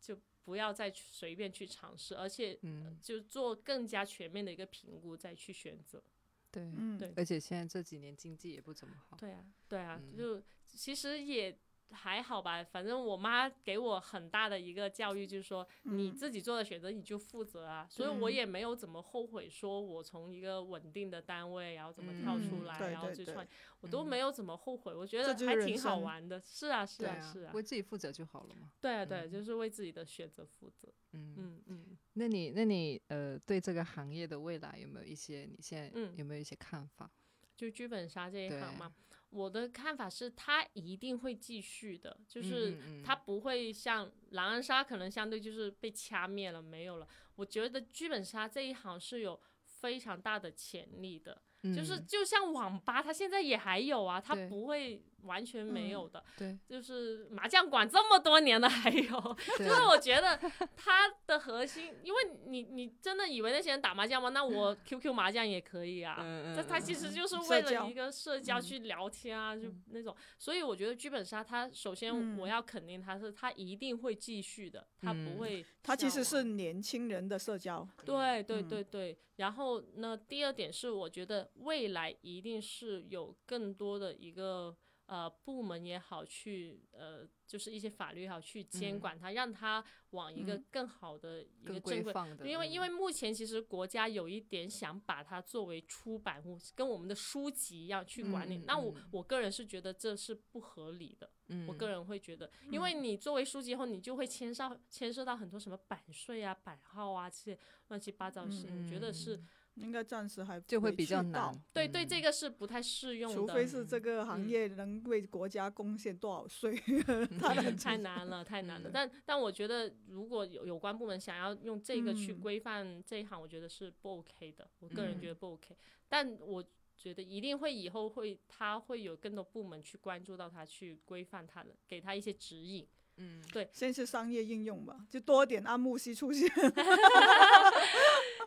Speaker 1: 就不要再去随便去尝试，而且呃
Speaker 2: 嗯，
Speaker 1: 就做更加全面的一个评估再去选择。
Speaker 2: 对。
Speaker 3: 嗯
Speaker 1: 对
Speaker 2: 而且现在这几年经济也不怎么好，
Speaker 1: 对啊，对啊，
Speaker 2: 嗯
Speaker 1: 就其实也。还好吧，反正我妈给我很大的一个教育，就是说你
Speaker 3: 嗯
Speaker 1: 自己做的选择你就负责啊，所以我
Speaker 3: 嗯
Speaker 1: 也没有怎么后悔，说我从一个稳定的单位，然后怎么跳出
Speaker 3: 嗯
Speaker 1: 来，
Speaker 3: 对
Speaker 1: 然后
Speaker 3: 对
Speaker 1: 去
Speaker 3: 对
Speaker 1: 创业，我都
Speaker 2: 嗯
Speaker 1: 没有怎么后悔，我觉
Speaker 3: 这
Speaker 1: 得
Speaker 3: 就是
Speaker 1: 还
Speaker 3: 人
Speaker 1: 挺好
Speaker 3: 生
Speaker 1: 玩的。是啊，是啊，是啊
Speaker 2: 为，自己负责就好了嘛。
Speaker 1: 对啊对，
Speaker 2: 嗯
Speaker 1: 就是为自己的选择负责。
Speaker 2: 嗯，
Speaker 1: 嗯嗯，
Speaker 2: 那你那你呃，对这个行业的未来有没有一些你现在
Speaker 1: 嗯
Speaker 2: 有没有一些看法？
Speaker 1: 就剧本杀这一
Speaker 2: 对
Speaker 1: 行嘛，我的看法是，它一定会继续的，就是
Speaker 2: 嗯嗯嗯
Speaker 1: 它不会像狼人杀可能相对就是被掐灭了，没有了。我觉得剧本杀这一行是有非常大的潜力的，就是
Speaker 2: 嗯
Speaker 1: 就像网吧，它现在也还有啊，它
Speaker 2: 对嗯
Speaker 1: 不会完全没有的。
Speaker 2: 对，
Speaker 1: 就是麻将馆这么多年了还有，
Speaker 2: 对
Speaker 1: 就是我觉得它的核心，因为你你真的以为那些人打麻将吗？那我 QQ 麻将也可以啊。
Speaker 2: 嗯
Speaker 1: 但它
Speaker 2: 嗯
Speaker 1: 其实就是
Speaker 3: 社
Speaker 1: 为了
Speaker 3: 交嗯
Speaker 1: 一个社交去聊天啊，就那种。所以我觉得剧本杀，它首先
Speaker 3: 嗯
Speaker 1: 我要肯定它是，它一定会继续的，它
Speaker 2: 嗯
Speaker 1: 不会消亡。
Speaker 3: 它其实是年轻人的社交，
Speaker 1: 对对
Speaker 3: 嗯
Speaker 1: 对对。然后呢，第二点是，我觉得未来一定是有更多的一个呃部门也好去呃，就是一些法律也好去监
Speaker 2: 嗯
Speaker 1: 管它，让它往一个更好的一个
Speaker 2: 更
Speaker 1: 正
Speaker 2: 规
Speaker 1: 规。
Speaker 2: 放的，
Speaker 1: 因为因
Speaker 2: 嗯
Speaker 1: 为目前其实国家有一点想把它作为出版物，跟我们的书籍一样去管理。
Speaker 2: 嗯嗯
Speaker 1: 那我
Speaker 2: 嗯
Speaker 1: 我个人是觉得这是不合理的，我个
Speaker 2: 嗯
Speaker 1: 人会觉得，因为你作为书籍后，你就会牵涉牵涉到很多什么版税啊、版号啊这些乱七八糟的事情，我觉得是
Speaker 2: 嗯
Speaker 3: 应该暂时还
Speaker 2: 就会
Speaker 3: 没
Speaker 2: 比较
Speaker 3: 去到
Speaker 2: 难，
Speaker 1: 对对这
Speaker 2: 嗯
Speaker 1: 个是不太适用的，
Speaker 3: 除非是这个
Speaker 1: 嗯
Speaker 3: 行业能为国家贡献多少税，
Speaker 1: (laughs)
Speaker 3: 它的
Speaker 1: 嗯太难了，太难了。
Speaker 2: 嗯
Speaker 1: 但但我觉得，如果有有关部门想要用这个去
Speaker 3: 嗯
Speaker 1: 规范这一行，我觉得是不 OK 的。我个人觉
Speaker 3: 嗯
Speaker 1: 得不 OK，、但我觉得一定会以后会，他会有更多部门去关注到他，去规范他的，给他一些指引。
Speaker 2: 嗯
Speaker 3: 先是商业应用吧，就多点按木
Speaker 1: (laughs)
Speaker 3: 西出现。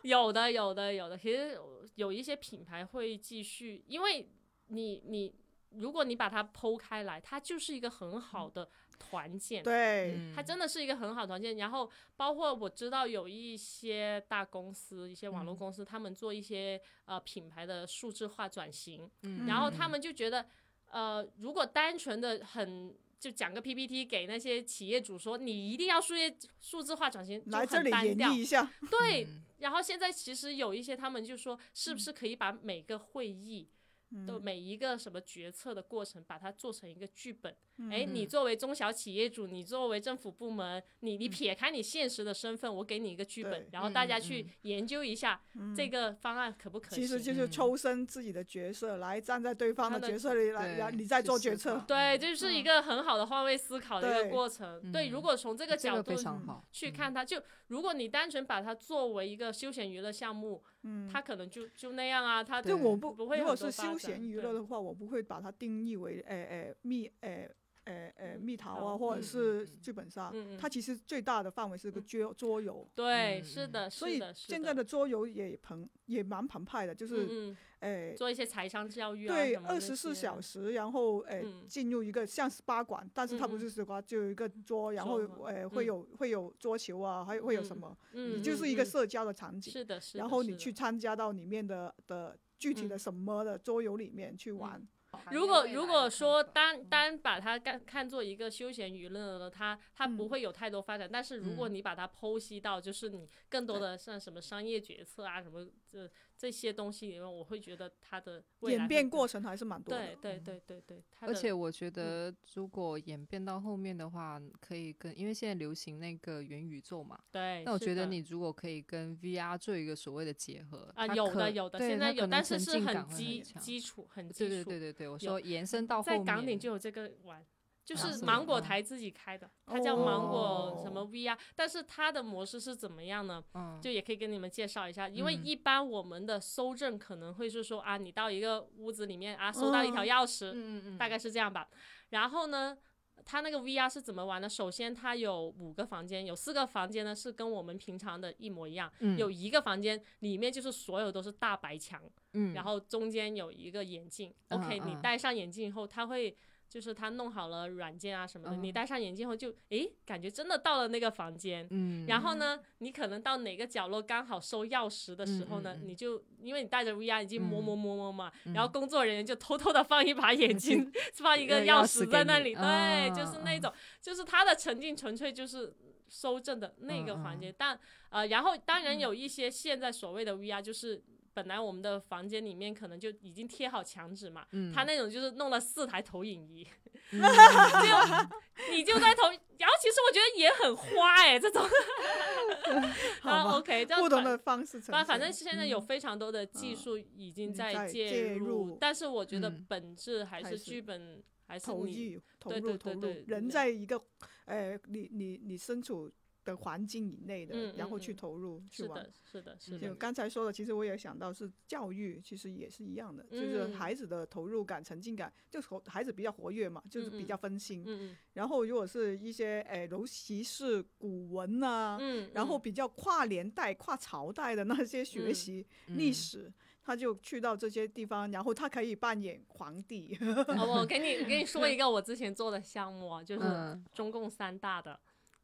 Speaker 1: 有的，有的，有的。其实有一些品牌会继续，因为你你。如果你把它剖开来，它就是一个很好的团建，
Speaker 3: 对，
Speaker 1: 它真的是一个很好的团建。然后包括我知道有一些大公司、一些网络公司，他们做一些呃品牌的数字化转型，
Speaker 2: 嗯
Speaker 1: 然后
Speaker 2: 嗯
Speaker 1: 他们就觉得，呃，如果单纯的很。就讲个 PPT 给那些企业主说，你一定要数业数字化转型，就
Speaker 3: 来这
Speaker 1: 很
Speaker 3: 里
Speaker 1: 单
Speaker 3: 演
Speaker 1: 调
Speaker 3: 绎。一下，
Speaker 1: 对，
Speaker 2: 嗯
Speaker 1: 然后现在其实有一些他们就说，是不是可以把每个会议
Speaker 2: 嗯
Speaker 1: 的每一个什么决策的过程，把它做成一个剧本？哎，你
Speaker 2: 嗯
Speaker 1: 作为中小企业主，你作为政府部门，你你撇开你现实的身份，我给你一个剧本
Speaker 3: 对，
Speaker 1: 然后大家
Speaker 2: 嗯嗯
Speaker 1: 去
Speaker 2: 嗯
Speaker 1: 研究一下这个方案可不可嗯
Speaker 3: 其实
Speaker 1: 行。
Speaker 3: 就是抽身自己的角色，来站在对方的
Speaker 1: 他的
Speaker 3: 角色里来，
Speaker 2: 对
Speaker 3: 然后你再
Speaker 2: 去
Speaker 3: 做
Speaker 2: 思
Speaker 3: 决
Speaker 2: 考
Speaker 3: 策。
Speaker 1: 对，就是一
Speaker 3: 嗯
Speaker 1: 个很好的换位思考的一个
Speaker 3: 对
Speaker 1: 过程。对，
Speaker 2: 嗯
Speaker 1: 如果从这个
Speaker 2: 这
Speaker 1: 角
Speaker 2: 个
Speaker 1: 度
Speaker 2: 非常
Speaker 3: 嗯
Speaker 2: 好
Speaker 1: 去
Speaker 2: 嗯
Speaker 1: 看它，就如果你单纯把它作为一个休闲娱乐项目，
Speaker 3: 嗯，
Speaker 1: 它可能就就那样啊，它
Speaker 3: 就
Speaker 2: 对
Speaker 3: 我不，
Speaker 1: 不会
Speaker 3: 如果
Speaker 1: 很多
Speaker 3: 是
Speaker 1: 发
Speaker 3: 休
Speaker 1: 展
Speaker 3: 闲娱
Speaker 1: 对
Speaker 3: 乐的话，我不会把它定义为诶诶蜜诶诶诶蜜桃啊，
Speaker 1: 嗯
Speaker 3: 或者
Speaker 1: 嗯
Speaker 3: 是
Speaker 2: 嗯嗯
Speaker 3: 剧本杀
Speaker 1: 嗯嗯。
Speaker 3: 它其实最大的范围是个桌桌游，
Speaker 1: 对，
Speaker 2: 嗯
Speaker 1: 是
Speaker 2: 嗯
Speaker 1: 的，
Speaker 3: 所
Speaker 1: 是
Speaker 3: 以
Speaker 1: 的是
Speaker 3: 现在的桌游也澎也蛮澎湃的，就是
Speaker 1: 嗯
Speaker 3: 诶
Speaker 1: 嗯，。做一些财商教育啊，
Speaker 3: 哎对，
Speaker 1: 什么
Speaker 3: 二
Speaker 1: 那
Speaker 3: 十四
Speaker 1: 些
Speaker 3: 小时，然后诶、
Speaker 1: 嗯
Speaker 3: 进入一个像 SPA 馆，但是它
Speaker 1: 嗯
Speaker 3: 不
Speaker 1: 嗯
Speaker 3: 是 SPA，就有一个桌，然后
Speaker 1: 桌嘛
Speaker 3: 诶、
Speaker 1: 嗯
Speaker 3: 会有会有桌球啊，还有会有什
Speaker 1: 嗯
Speaker 3: 么，
Speaker 1: 嗯，
Speaker 3: 你就是一个
Speaker 1: 嗯嗯
Speaker 3: 社交的场景。
Speaker 1: 是的，是的，
Speaker 3: 然后你
Speaker 1: 是
Speaker 3: 去
Speaker 1: 的。嗯
Speaker 3: 参加到里面的的具体的什么的桌游里面去玩。
Speaker 1: 如果
Speaker 3: 啊
Speaker 1: 如果说单
Speaker 3: 嗯
Speaker 1: 单把它看看作一个休闲娱乐呢，它它不
Speaker 3: 嗯
Speaker 1: 会有太多发展。但是如果你把它剖析到，就是你更多的像什么商业决策啊，什么这这些东西里面，我会觉得它的未来
Speaker 3: 演
Speaker 1: 会
Speaker 3: 变
Speaker 1: 更
Speaker 3: 过。程还是蛮多
Speaker 1: 对
Speaker 3: 的。
Speaker 1: 对对对对，它
Speaker 2: 嗯而
Speaker 1: 的嗯
Speaker 2: 且我觉得，如果演变到后面的话，可以跟，因为现在流行那个元宇宙嘛，
Speaker 1: 对，
Speaker 2: 那我
Speaker 1: 哎是
Speaker 2: 觉得
Speaker 1: 的
Speaker 2: 你如果可以跟 VR 做一个所谓的结合
Speaker 1: 啊，
Speaker 2: 它
Speaker 1: 有
Speaker 2: 可
Speaker 1: 的有的，
Speaker 2: 对
Speaker 1: 现
Speaker 2: 它
Speaker 1: 在
Speaker 2: 可
Speaker 1: 有，
Speaker 2: 能
Speaker 1: 但是
Speaker 2: 沉
Speaker 1: 是
Speaker 2: 浸
Speaker 1: 很
Speaker 2: 感会
Speaker 1: 基
Speaker 2: 强
Speaker 1: 基础，很基
Speaker 2: 对
Speaker 1: 础。
Speaker 2: 对对对对，我说延伸到后
Speaker 1: 嗯在
Speaker 2: 面，
Speaker 1: 港鼎就有这个玩，就
Speaker 2: 港
Speaker 1: 是
Speaker 2: 鼎
Speaker 1: 芒果
Speaker 2: 哦
Speaker 1: 台自己开的，它叫芒果什么
Speaker 3: 哦
Speaker 1: VR，、但是它的模式是怎么样呢？
Speaker 2: 嗯，
Speaker 1: 就也可以跟你们介绍一下，因为
Speaker 2: 嗯
Speaker 1: 一般我们的搜证可能会是说啊，你到一个屋子里面啊，搜到一条钥匙，
Speaker 2: 嗯嗯嗯，
Speaker 1: 大概是这样吧。然后呢，它那个 VR 是怎么玩呢？首先它有五个房间，有四个房间呢是跟我们平常的一模一样，
Speaker 2: 嗯
Speaker 1: 有一个房间里面就是所有都是大白墙。
Speaker 2: 嗯，
Speaker 1: 然后中间有一个眼镜、
Speaker 2: 嗯
Speaker 1: o k 你
Speaker 2: 嗯
Speaker 1: 戴上眼镜以后，它会就是它弄好了软件啊什么的，你
Speaker 2: 嗯
Speaker 1: 戴上眼镜后就诶，感觉真的到了那个房间。
Speaker 2: 嗯，
Speaker 1: 然后呢，你可能到哪个角落刚好收钥匙的时候呢，
Speaker 2: 嗯嗯嗯
Speaker 1: 你就因为你戴着 VR 眼镜摸
Speaker 2: 嗯
Speaker 1: 摸摸摸嘛，
Speaker 2: 嗯
Speaker 1: 然后工作人员就偷偷的放一把眼
Speaker 2: (laughs)
Speaker 1: 镜，放一个
Speaker 2: 钥
Speaker 1: 钥
Speaker 2: 匙
Speaker 1: 匙
Speaker 2: 给
Speaker 1: 在那
Speaker 2: 你
Speaker 1: 里，
Speaker 2: 啊
Speaker 1: 对，就是那种，就是它的沉浸纯粹就是搜证的那
Speaker 2: 嗯
Speaker 1: 个环节，但呃，然后当然有一些现在所谓的 VR 就是。本来我们的房间里面可能就已经贴好墙纸嘛，
Speaker 2: 嗯
Speaker 1: 他那种就是弄了四台投影仪，
Speaker 2: 嗯
Speaker 1: (laughs) 你就在投，然后其实我觉得也很花哎、这种
Speaker 3: 好
Speaker 1: 然后
Speaker 3: 吧
Speaker 1: OK，这样
Speaker 3: 不同
Speaker 1: 反
Speaker 3: 的方式呈
Speaker 1: 反
Speaker 3: 现。
Speaker 1: 反正现在有
Speaker 2: 嗯
Speaker 1: 非常多的技术已经在
Speaker 3: 在介
Speaker 1: 入，
Speaker 3: 入
Speaker 1: 但是我觉得
Speaker 2: 嗯
Speaker 1: 本质还
Speaker 3: 还
Speaker 1: 是
Speaker 3: 是
Speaker 1: 剧本，还是
Speaker 3: 投
Speaker 1: 你
Speaker 3: 入、投
Speaker 1: 对
Speaker 3: 入、
Speaker 1: 对
Speaker 3: 投
Speaker 1: 对
Speaker 3: 入
Speaker 1: 对，嗯
Speaker 3: 人
Speaker 1: 对
Speaker 3: 在一个呃，你你你身处的环境以内的，
Speaker 1: 嗯
Speaker 3: 然后
Speaker 1: 嗯
Speaker 3: 去
Speaker 1: 嗯
Speaker 3: 投入去
Speaker 1: 是
Speaker 3: 玩
Speaker 1: 的，。是的，是
Speaker 3: 就
Speaker 1: 的，
Speaker 3: 刚才说的，其实我也想到是教育，其实也是一样的，就是
Speaker 1: 嗯
Speaker 3: 孩子的投入感、沉浸感，就是活孩子比较活跃嘛，就是
Speaker 1: 嗯嗯
Speaker 3: 比较分心。
Speaker 1: 嗯
Speaker 3: 然后如果是一些诶，尤其是古文呐、
Speaker 1: 嗯嗯，
Speaker 3: 然后
Speaker 1: 嗯
Speaker 3: 比较跨年代、跨朝代的那些学
Speaker 1: 嗯
Speaker 3: 习、历史，他就去到这些地方，然后他可以扮演皇帝。
Speaker 1: 哦我给你给你说一个我之前做的项目啊，就是
Speaker 2: 嗯
Speaker 1: 中共三大的，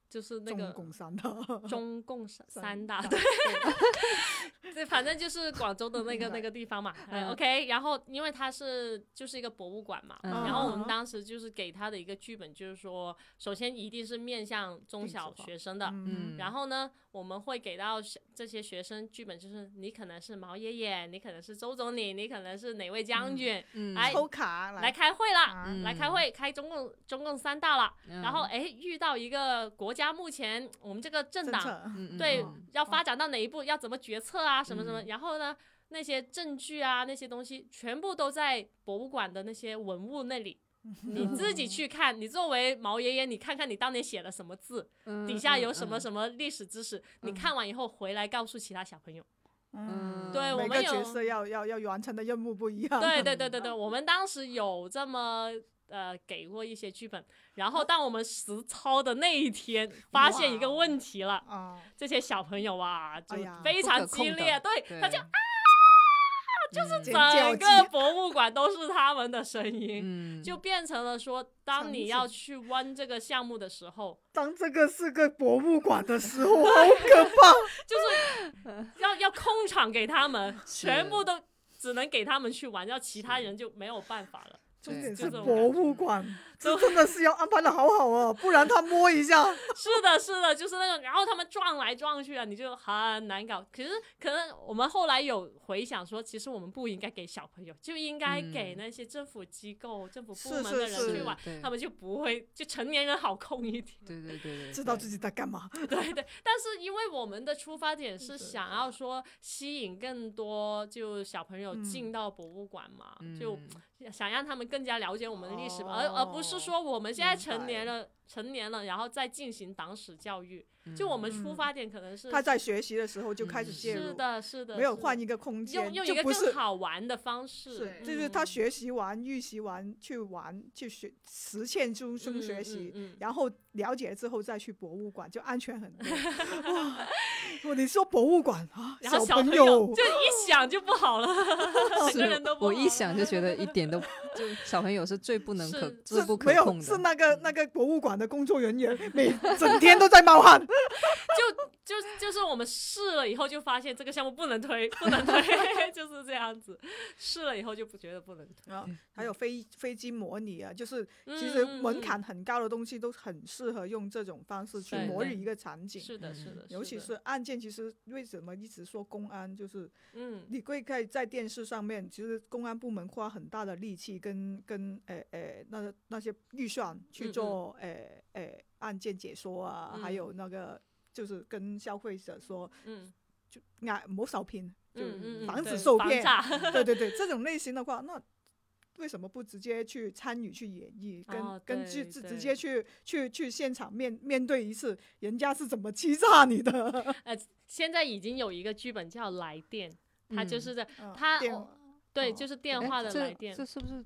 Speaker 1: 就是那
Speaker 3: (laughs) 中
Speaker 1: 个
Speaker 3: 共三大，
Speaker 1: 中共三
Speaker 3: 三
Speaker 1: 三大，对，对，反正就是广州的那个那个地方嘛。哎
Speaker 2: 嗯
Speaker 1: OK，然后因为它是就是一个博物馆嘛，
Speaker 2: 嗯
Speaker 1: 然后我们
Speaker 3: 嗯
Speaker 1: 当时就是给他的一个剧本，就是说，首先一定是面向中
Speaker 3: 定制
Speaker 1: 小
Speaker 3: 化
Speaker 1: 学生的。
Speaker 3: 嗯，
Speaker 1: 然后呢，我们会给到学这些学生剧本，就是你可能是毛爷爷，你可能是周总理，你可能是哪位将军，(laughs)
Speaker 2: 嗯
Speaker 1: 哎
Speaker 3: 抽卡
Speaker 1: 来
Speaker 3: 来
Speaker 1: 开会啦，
Speaker 3: 啊，
Speaker 1: 来开会，开中共中共三大了。
Speaker 2: 嗯
Speaker 1: 然后哎，遇到一个国家目前我们这个政
Speaker 3: 政
Speaker 1: 党
Speaker 3: 策
Speaker 2: 嗯嗯
Speaker 1: 对
Speaker 3: 嗯，
Speaker 1: 要发展到哪一步，要怎么决策啊，什么什么。
Speaker 2: 嗯
Speaker 1: 然后呢，那些证据啊，那些东西全部都在博物馆的那些文物那里，你
Speaker 2: 嗯
Speaker 1: 自己去看。你作为毛爷爷，你看看你当年写了什么字，
Speaker 2: 嗯
Speaker 1: 底下有什么什么历史知识，你看完以后回来告诉其他小朋友。
Speaker 2: 嗯
Speaker 1: 对我
Speaker 3: 每
Speaker 1: 们
Speaker 3: 个
Speaker 1: 有
Speaker 3: 角色要要要完成的任务不一样。
Speaker 1: 对对对对对，我们当时有这么。呃，给过一些剧本，然后当我们实操的那一天，发现一个
Speaker 3: 哇
Speaker 1: 问题了，
Speaker 3: 啊，
Speaker 1: 这些小朋友啊，就
Speaker 3: 哎呀
Speaker 1: 非常
Speaker 2: 不可控
Speaker 1: 激
Speaker 2: 的
Speaker 1: 烈，对，
Speaker 2: 对
Speaker 1: 他就
Speaker 2: 就是
Speaker 3: 这
Speaker 1: 整
Speaker 3: 尖叫
Speaker 1: 个
Speaker 3: 鸡
Speaker 1: 博物馆都是他们的声音，
Speaker 2: 嗯
Speaker 1: 就变成了说，当
Speaker 3: 场
Speaker 1: 你
Speaker 3: 景
Speaker 1: 要去弯这个项目的时候，
Speaker 3: 当这个是个博物馆的时候，好可怕。
Speaker 1: 要要控场给他
Speaker 3: (laughs)
Speaker 1: 们，
Speaker 2: 是
Speaker 1: 全部都只能给他们去玩，要其他人就没有办法了。 (laughs)
Speaker 3: 重点
Speaker 1: 就是这种
Speaker 3: 博
Speaker 1: 感觉
Speaker 3: 物馆，这真的是要安排的好好哦，不然他摸
Speaker 1: (laughs)
Speaker 3: 一下，
Speaker 1: 是的，是的，就是那种，然后他们撞来撞去啊，你就很难搞。可是可能我们后来有回想说，其实我们不应该给小朋友，就应该给
Speaker 2: 嗯
Speaker 1: 那些政府机构、政府部
Speaker 3: 是
Speaker 1: 门
Speaker 3: 是
Speaker 1: 的人
Speaker 3: 是
Speaker 1: 去玩，他们就不会，就成年人好控一点。
Speaker 2: 对对对对，
Speaker 3: 知道自
Speaker 2: 己
Speaker 3: 己在干嘛。
Speaker 1: (laughs) 对对，但是因为我们的出发点是想要说吸引更多就小朋友
Speaker 3: 嗯
Speaker 1: 进到博物馆嘛，
Speaker 2: 嗯
Speaker 1: 就想让他们更加了解我们的历史嘛，而
Speaker 3: 哦
Speaker 1: 而不是说我们现在
Speaker 3: 明白
Speaker 1: 成年了，成年了然后再进行党史教育，就我们出发点可能是
Speaker 3: 嗯他在学习的时候就开始
Speaker 1: 嗯
Speaker 3: 介
Speaker 1: 是
Speaker 3: 入，
Speaker 1: 的是的，
Speaker 3: 没有
Speaker 1: 是的
Speaker 3: 换一个空
Speaker 1: 用
Speaker 3: 间，
Speaker 1: 用
Speaker 3: 就
Speaker 1: 一个
Speaker 3: 不
Speaker 1: 更
Speaker 3: 是。
Speaker 1: 好玩的方式，
Speaker 3: 是，
Speaker 1: 嗯
Speaker 3: 就是他学习完、预习完、去玩、去学实践中中学习，，
Speaker 1: 嗯嗯嗯嗯
Speaker 3: 然后了解之后再去博物馆，就安全很多。
Speaker 1: (laughs)
Speaker 3: 哇，哇你说博物馆啊，
Speaker 1: 然后小
Speaker 3: 朋
Speaker 1: 朋
Speaker 3: 友
Speaker 1: 就一想就不好了， (laughs) 整个人都不好
Speaker 2: 我
Speaker 1: 了。
Speaker 2: 一想就觉得一点都就小朋友是最不能可
Speaker 1: 是
Speaker 2: 最
Speaker 3: 是
Speaker 2: 不
Speaker 3: 没
Speaker 2: 可控
Speaker 3: 有
Speaker 2: 的，
Speaker 3: 是那个那个博物馆的工作人员每整天都在冒 (laughs) 汗，
Speaker 1: 就就是我们试了以后就发现这个项目不能推，不能推， (laughs) 就是这样子。试了以后就不觉得不能推。
Speaker 3: 啊，还有飞飞机模拟啊，就是其
Speaker 1: 嗯
Speaker 3: 实
Speaker 1: 嗯
Speaker 3: 门
Speaker 1: 嗯
Speaker 3: 槛很高的东西都很适合用这种方式去
Speaker 1: 对
Speaker 3: 模
Speaker 1: 对
Speaker 3: 拟一个场景。
Speaker 1: 是的，是的，
Speaker 3: 嗯尤其
Speaker 1: 的
Speaker 3: 是案件，其实为什么一直说公安，就是
Speaker 1: 嗯，
Speaker 3: 你会看在电视上面，其实公安部门花很大的力气跟跟呃呃那那些预算
Speaker 1: 嗯
Speaker 3: 去
Speaker 1: 嗯
Speaker 3: 做呃呃案件解说啊，还
Speaker 1: 嗯
Speaker 3: 有那个就是跟消费者说，
Speaker 1: 嗯
Speaker 3: 就啊唔好受骗，就
Speaker 1: 嗯嗯嗯，
Speaker 3: 防止
Speaker 1: 对
Speaker 3: 受
Speaker 1: 防
Speaker 3: 骗。
Speaker 1: 诈
Speaker 3: (laughs) 对对对，这种类型的话，那为什么不直接去参与、去演绎，跟、
Speaker 1: 哦
Speaker 3: 跟去
Speaker 1: 对
Speaker 3: 直
Speaker 1: 对
Speaker 3: 直接去去去现场面面对一次，人家是怎么欺诈
Speaker 1: (laughs)
Speaker 3: 你的？
Speaker 1: (laughs) 现在已经有一个剧本叫《来电》，它就
Speaker 2: 嗯
Speaker 1: 是在
Speaker 3: 嗯
Speaker 1: 它
Speaker 3: 电
Speaker 1: 哦对，
Speaker 3: 哦
Speaker 1: 就是电
Speaker 2: 哎
Speaker 1: 话的
Speaker 2: 这
Speaker 1: 来电
Speaker 2: 这，是不是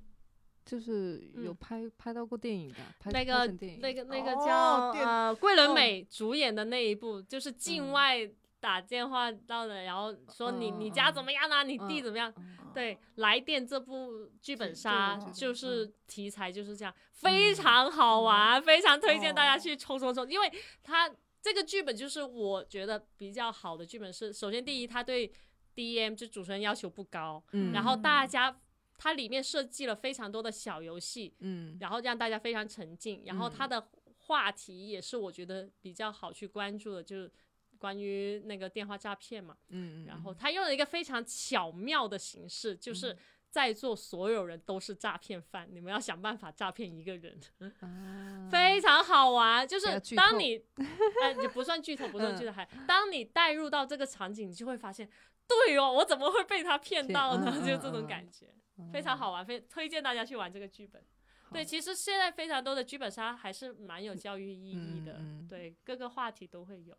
Speaker 2: 就是有
Speaker 1: 嗯
Speaker 2: 拍拍到过电影的？
Speaker 1: 那
Speaker 2: 拍拍
Speaker 1: 个
Speaker 2: 成电影
Speaker 1: 那个那个
Speaker 3: 哦
Speaker 1: 叫
Speaker 3: 电
Speaker 1: 呃桂纶
Speaker 3: 哦
Speaker 1: 镁主演的那一部，就是境
Speaker 2: 嗯
Speaker 1: 外打电话到的，然后说你你
Speaker 2: 嗯
Speaker 1: 家
Speaker 2: 嗯
Speaker 1: 怎么样啊，你弟
Speaker 2: 嗯
Speaker 1: 怎么样？
Speaker 2: 嗯
Speaker 1: 对，《来电》这部剧本
Speaker 3: 是
Speaker 1: 杀
Speaker 3: 是
Speaker 1: 就是题材就是这
Speaker 2: 嗯
Speaker 1: 样，非常好玩，非常推荐大
Speaker 2: 哦
Speaker 1: 家去抽抽抽，因为它这个剧本就是我觉得比较好的剧本是，首先第一，它对 DM 就主持人要求不高，
Speaker 2: 嗯
Speaker 1: 然后大家它里面设计了非常多的小游戏，
Speaker 2: 嗯
Speaker 1: 然后让大家非常沉浸，然后它的话题也是我觉得比较好去关注的，就是关于那个电话诈骗嘛。
Speaker 2: 嗯，嗯嗯
Speaker 1: 然后他用了一个非常巧妙的形式，就是在座所有人都是诈骗犯，你们要想办法诈骗一个人，
Speaker 2: (laughs) 啊
Speaker 1: 非常好玩。就
Speaker 2: 不要
Speaker 1: 是
Speaker 2: 剧透嗯
Speaker 1: 当
Speaker 2: (laughs)
Speaker 1: 你，呃，也不算剧透，不算剧透，还当你带入到这个场景，你就会发现，对哦，我怎么会被他骗
Speaker 2: 骗
Speaker 1: 到呢？
Speaker 2: 嗯
Speaker 1: (laughs)
Speaker 2: 嗯
Speaker 1: 就这种
Speaker 2: 嗯
Speaker 1: 感觉，非常好玩，非推荐大家去玩这个剧本。对，
Speaker 2: 好
Speaker 1: 其实现在非常多的剧本杀还是蛮有教育意义的，
Speaker 2: 嗯嗯
Speaker 1: 对各个话题都会有，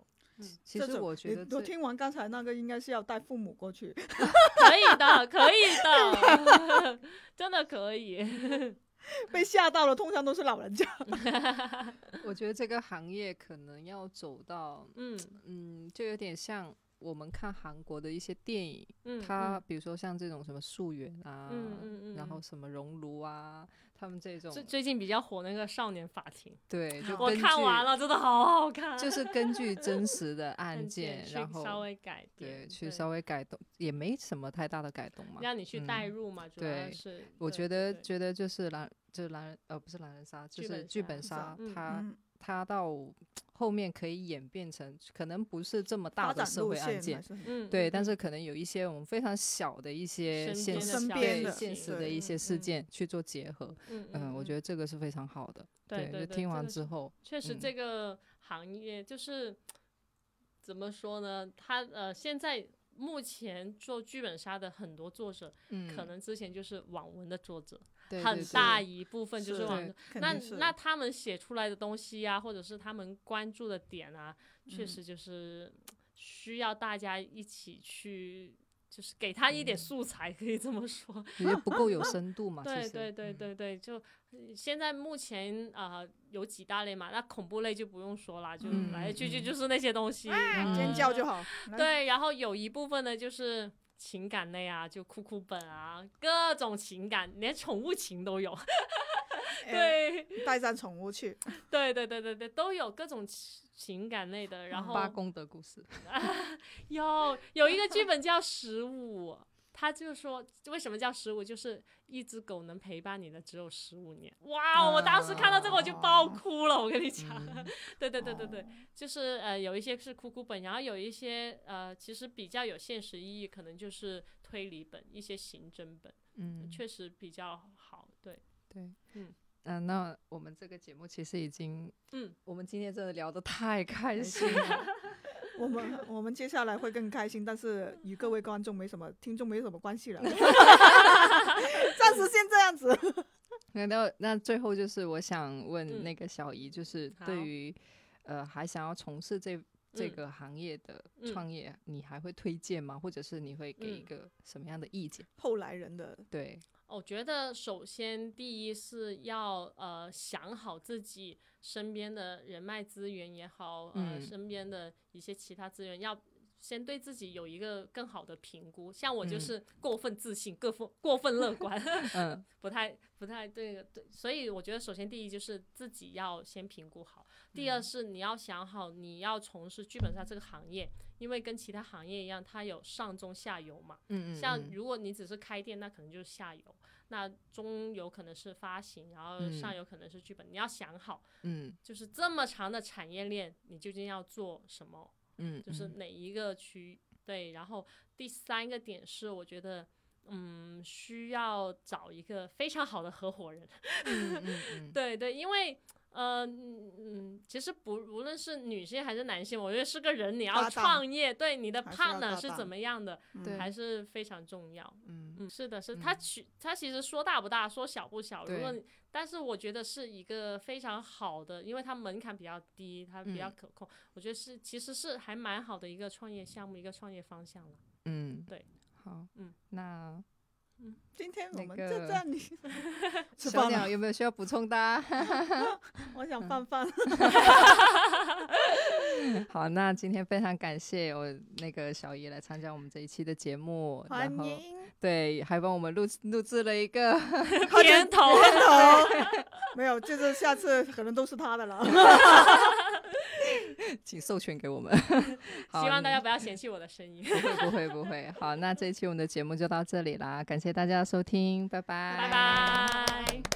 Speaker 2: 其
Speaker 3: 这
Speaker 2: 实
Speaker 3: 种
Speaker 2: 我觉
Speaker 3: 你
Speaker 2: 得
Speaker 3: 我
Speaker 2: 最
Speaker 3: 听完刚才那个，应该是要带父母过
Speaker 1: (laughs)
Speaker 3: 去。
Speaker 1: 可以的，可以的，真的可以。
Speaker 3: 被吓到了，通常都是老人家。
Speaker 2: 我觉得这个行业可能要走到，
Speaker 1: 嗯
Speaker 2: 嗯，就有点像我们看韩国的一些电影，
Speaker 1: 嗯，
Speaker 2: 它比如说像这种什么溯源啊，
Speaker 1: 嗯嗯嗯
Speaker 2: 然后
Speaker 1: 嗯
Speaker 2: 什么熔炉啊，他们这种
Speaker 1: 最最近比较火那个《少年法庭
Speaker 2: 对，就》，
Speaker 1: 我
Speaker 2: 根
Speaker 1: 看
Speaker 2: 据
Speaker 1: 完，了，真的好好 (laughs) 看。
Speaker 2: 就是根据真实的案
Speaker 1: 案
Speaker 2: 件，
Speaker 1: 去
Speaker 2: 然后
Speaker 1: 稍微改
Speaker 2: 对
Speaker 1: 变，
Speaker 2: 去稍微改动，也没什么太大的改动嘛。
Speaker 1: 让你去代
Speaker 2: 嗯
Speaker 1: 入嘛，主要
Speaker 2: 对
Speaker 1: 是
Speaker 2: 我
Speaker 1: 对对
Speaker 2: 觉得
Speaker 1: 对
Speaker 2: 觉得就是狼，就是狼人，呃，不是狼人杀，
Speaker 1: 剧
Speaker 2: 就是
Speaker 1: 本
Speaker 2: 剧
Speaker 1: 杀
Speaker 2: 本杀
Speaker 1: 嗯，
Speaker 2: 它
Speaker 3: 嗯，
Speaker 2: 它到后面可以演变成，可能不是这么大
Speaker 3: 发
Speaker 2: 的
Speaker 3: 展
Speaker 2: 社
Speaker 3: 路
Speaker 2: 会
Speaker 3: 线
Speaker 2: 案
Speaker 3: 还
Speaker 2: 件，
Speaker 3: 是很
Speaker 1: 嗯，
Speaker 2: 对，
Speaker 1: 嗯
Speaker 2: 但
Speaker 1: 嗯
Speaker 2: 是可能有一些我们非常小的一些
Speaker 1: 身边的
Speaker 3: 身
Speaker 2: 现实
Speaker 1: 小
Speaker 3: 边
Speaker 2: 对
Speaker 3: 的
Speaker 1: 事
Speaker 2: 现
Speaker 1: 情
Speaker 2: 实的一些事
Speaker 1: 嗯
Speaker 2: 件去做结合，
Speaker 1: 嗯
Speaker 2: 嗯，我觉
Speaker 1: 得
Speaker 2: 得这个是非常好的。
Speaker 1: 对
Speaker 2: 就
Speaker 1: 对，
Speaker 2: 听完
Speaker 1: 这个
Speaker 2: 之后，
Speaker 1: 确实，
Speaker 2: 嗯
Speaker 1: 这个行业就是、怎么说呢？他呃，现在目前做剧本杀的很多作者，
Speaker 2: 嗯，
Speaker 1: 可能之前就是网文的作者，
Speaker 2: 对
Speaker 1: 很
Speaker 2: 对对
Speaker 1: 大一部分就是是网文。
Speaker 3: 肯
Speaker 1: 那
Speaker 3: 定是
Speaker 1: 那他们写出来的东西呀、或者是他们关注的点啊，确
Speaker 2: 嗯
Speaker 1: 实就是需要大家一起去。就是给他一
Speaker 2: 嗯
Speaker 1: 点素材，可以这么说。
Speaker 2: 也不够有深
Speaker 1: (laughs)
Speaker 2: 度嘛。其
Speaker 1: 对
Speaker 2: 啊实嗯
Speaker 1: 对对，对对，就呃现在目前啊、呃有几大类嘛，那恐怖类就不用说啦，就
Speaker 2: 嗯
Speaker 1: 来来去去
Speaker 2: 嗯
Speaker 1: 就是那些东西，
Speaker 2: 嗯
Speaker 3: 尖叫就好。来，
Speaker 1: 对，然后有一部分呢就是。情感类啊，就哭哭本啊，各种情感，连宠物情都有。
Speaker 3: 哎，
Speaker 1: 对，
Speaker 3: 带上宠物去，
Speaker 1: 对，对，对，对，对，都有各种情情感类的。然后
Speaker 2: 嗯八公的故事，
Speaker 1: 有有一个剧本叫《十五》，他就说为什么叫十五，就是一只狗能陪伴你的只有十五年。哇，哦我当时看到这个我就爆
Speaker 2: 啊
Speaker 1: 哭了，我跟你讲。
Speaker 2: 嗯
Speaker 1: (laughs) 对对对对
Speaker 2: 哦
Speaker 1: 对，就是呃有一些是哭哭本，然后有一些呃其实比较有现实意义，可能就是推理本、一些刑侦本，
Speaker 2: 嗯，
Speaker 1: 确实比较好。对，
Speaker 2: 对，
Speaker 1: 嗯
Speaker 2: 嗯，那我们这个节目其实已经，
Speaker 1: 嗯，
Speaker 2: 我们今天真的聊得太开心了，
Speaker 3: 我们我们接下来会更开心，但是与各位观众没什么、听众没什么关系了。暂时先这样子。
Speaker 2: (laughs)
Speaker 3: (laughs)
Speaker 2: 那那那最后就是我想问
Speaker 1: 嗯
Speaker 2: 那个小姨，就是
Speaker 1: 好
Speaker 2: 对于呃还想要从事这这
Speaker 1: 嗯
Speaker 2: 个行业的
Speaker 1: 嗯
Speaker 2: 创业，你还会推荐吗？或者是你会给一
Speaker 1: 嗯
Speaker 2: 个什么样的意见？
Speaker 3: 后来人的
Speaker 1: (laughs)
Speaker 2: 对，
Speaker 1: 我觉得首先第一是要呃想好自己身边的人脉资源也好，呃、
Speaker 2: 嗯
Speaker 1: 身边的一些其他资源要。先对自己有一个更好的评估，像我就
Speaker 2: 嗯
Speaker 1: 是过分自信、过分过分乐观， (laughs)
Speaker 2: 嗯，
Speaker 1: 不太不太对对，所以我觉得首先第一就是自己要先评估好，第
Speaker 2: 嗯
Speaker 1: 二是你要想好你要从事剧本杀这个行业，因为跟其他行业一样，它有上中下游嘛。
Speaker 2: 嗯嗯，
Speaker 1: 像
Speaker 2: 嗯
Speaker 1: 如果你只是开店，那可能就是下游，那中游可能是发行，然后
Speaker 2: 嗯
Speaker 1: 上游可能是剧本。你要想好，
Speaker 2: 嗯
Speaker 1: 就是这么长的产业链，你究竟要做什么，
Speaker 2: 嗯，
Speaker 1: 就是
Speaker 2: 嗯
Speaker 1: 哪一个区域对。然后第三个点是，我觉得。嗯，需要找一个非常好的合伙人。 (laughs)
Speaker 2: 嗯嗯嗯
Speaker 1: 对对，因为呃嗯嗯，其实不无论是女性还是男性，我觉得是个人你
Speaker 3: 搭
Speaker 1: 要
Speaker 3: 档
Speaker 1: 创业，对你的
Speaker 3: 还是要
Speaker 1: partner
Speaker 3: 搭
Speaker 1: 是怎
Speaker 3: 档
Speaker 1: 么样的，
Speaker 2: 对
Speaker 1: 还是非常重要。
Speaker 2: 嗯
Speaker 1: 嗯，是的，是它
Speaker 2: 嗯
Speaker 1: 其它其实说大不大，说小不小。如
Speaker 2: 对
Speaker 1: 果你，但是我觉得是一个非常好的，因为它门槛比较低，它比较
Speaker 2: 嗯
Speaker 1: 可控。我觉得是其实是还蛮好的一个创业项目，一个创业方
Speaker 2: (laughs)
Speaker 1: 向了。
Speaker 2: 嗯，
Speaker 1: 对，
Speaker 2: 好，
Speaker 1: 嗯，
Speaker 2: 那
Speaker 3: 今天我们
Speaker 2: 那
Speaker 3: 就
Speaker 2: 个
Speaker 3: 这里吃
Speaker 2: 小
Speaker 3: 饭
Speaker 2: 鸟嗯
Speaker 3: 了，
Speaker 2: 有没有需要补充的啊？
Speaker 3: 我想放饭。
Speaker 2: 好，那今天非常感谢我那个小姨来参加我们这一期的节目，
Speaker 3: 欢
Speaker 2: 然后 (laughs)
Speaker 3: 迎。
Speaker 2: 对，还帮我们录录制了一个 (laughs)
Speaker 1: 片头，
Speaker 3: 没有，就是下次可能都是他的了。
Speaker 2: 请授权给我们。 (laughs) (laughs) 好嗯
Speaker 1: 希望大家不要嫌弃我的
Speaker 2: (laughs)
Speaker 1: 声音。
Speaker 2: 不会不会不会。好，那这一期我们的节目就到这里啦，感谢大家的收听，拜拜，
Speaker 1: 拜拜。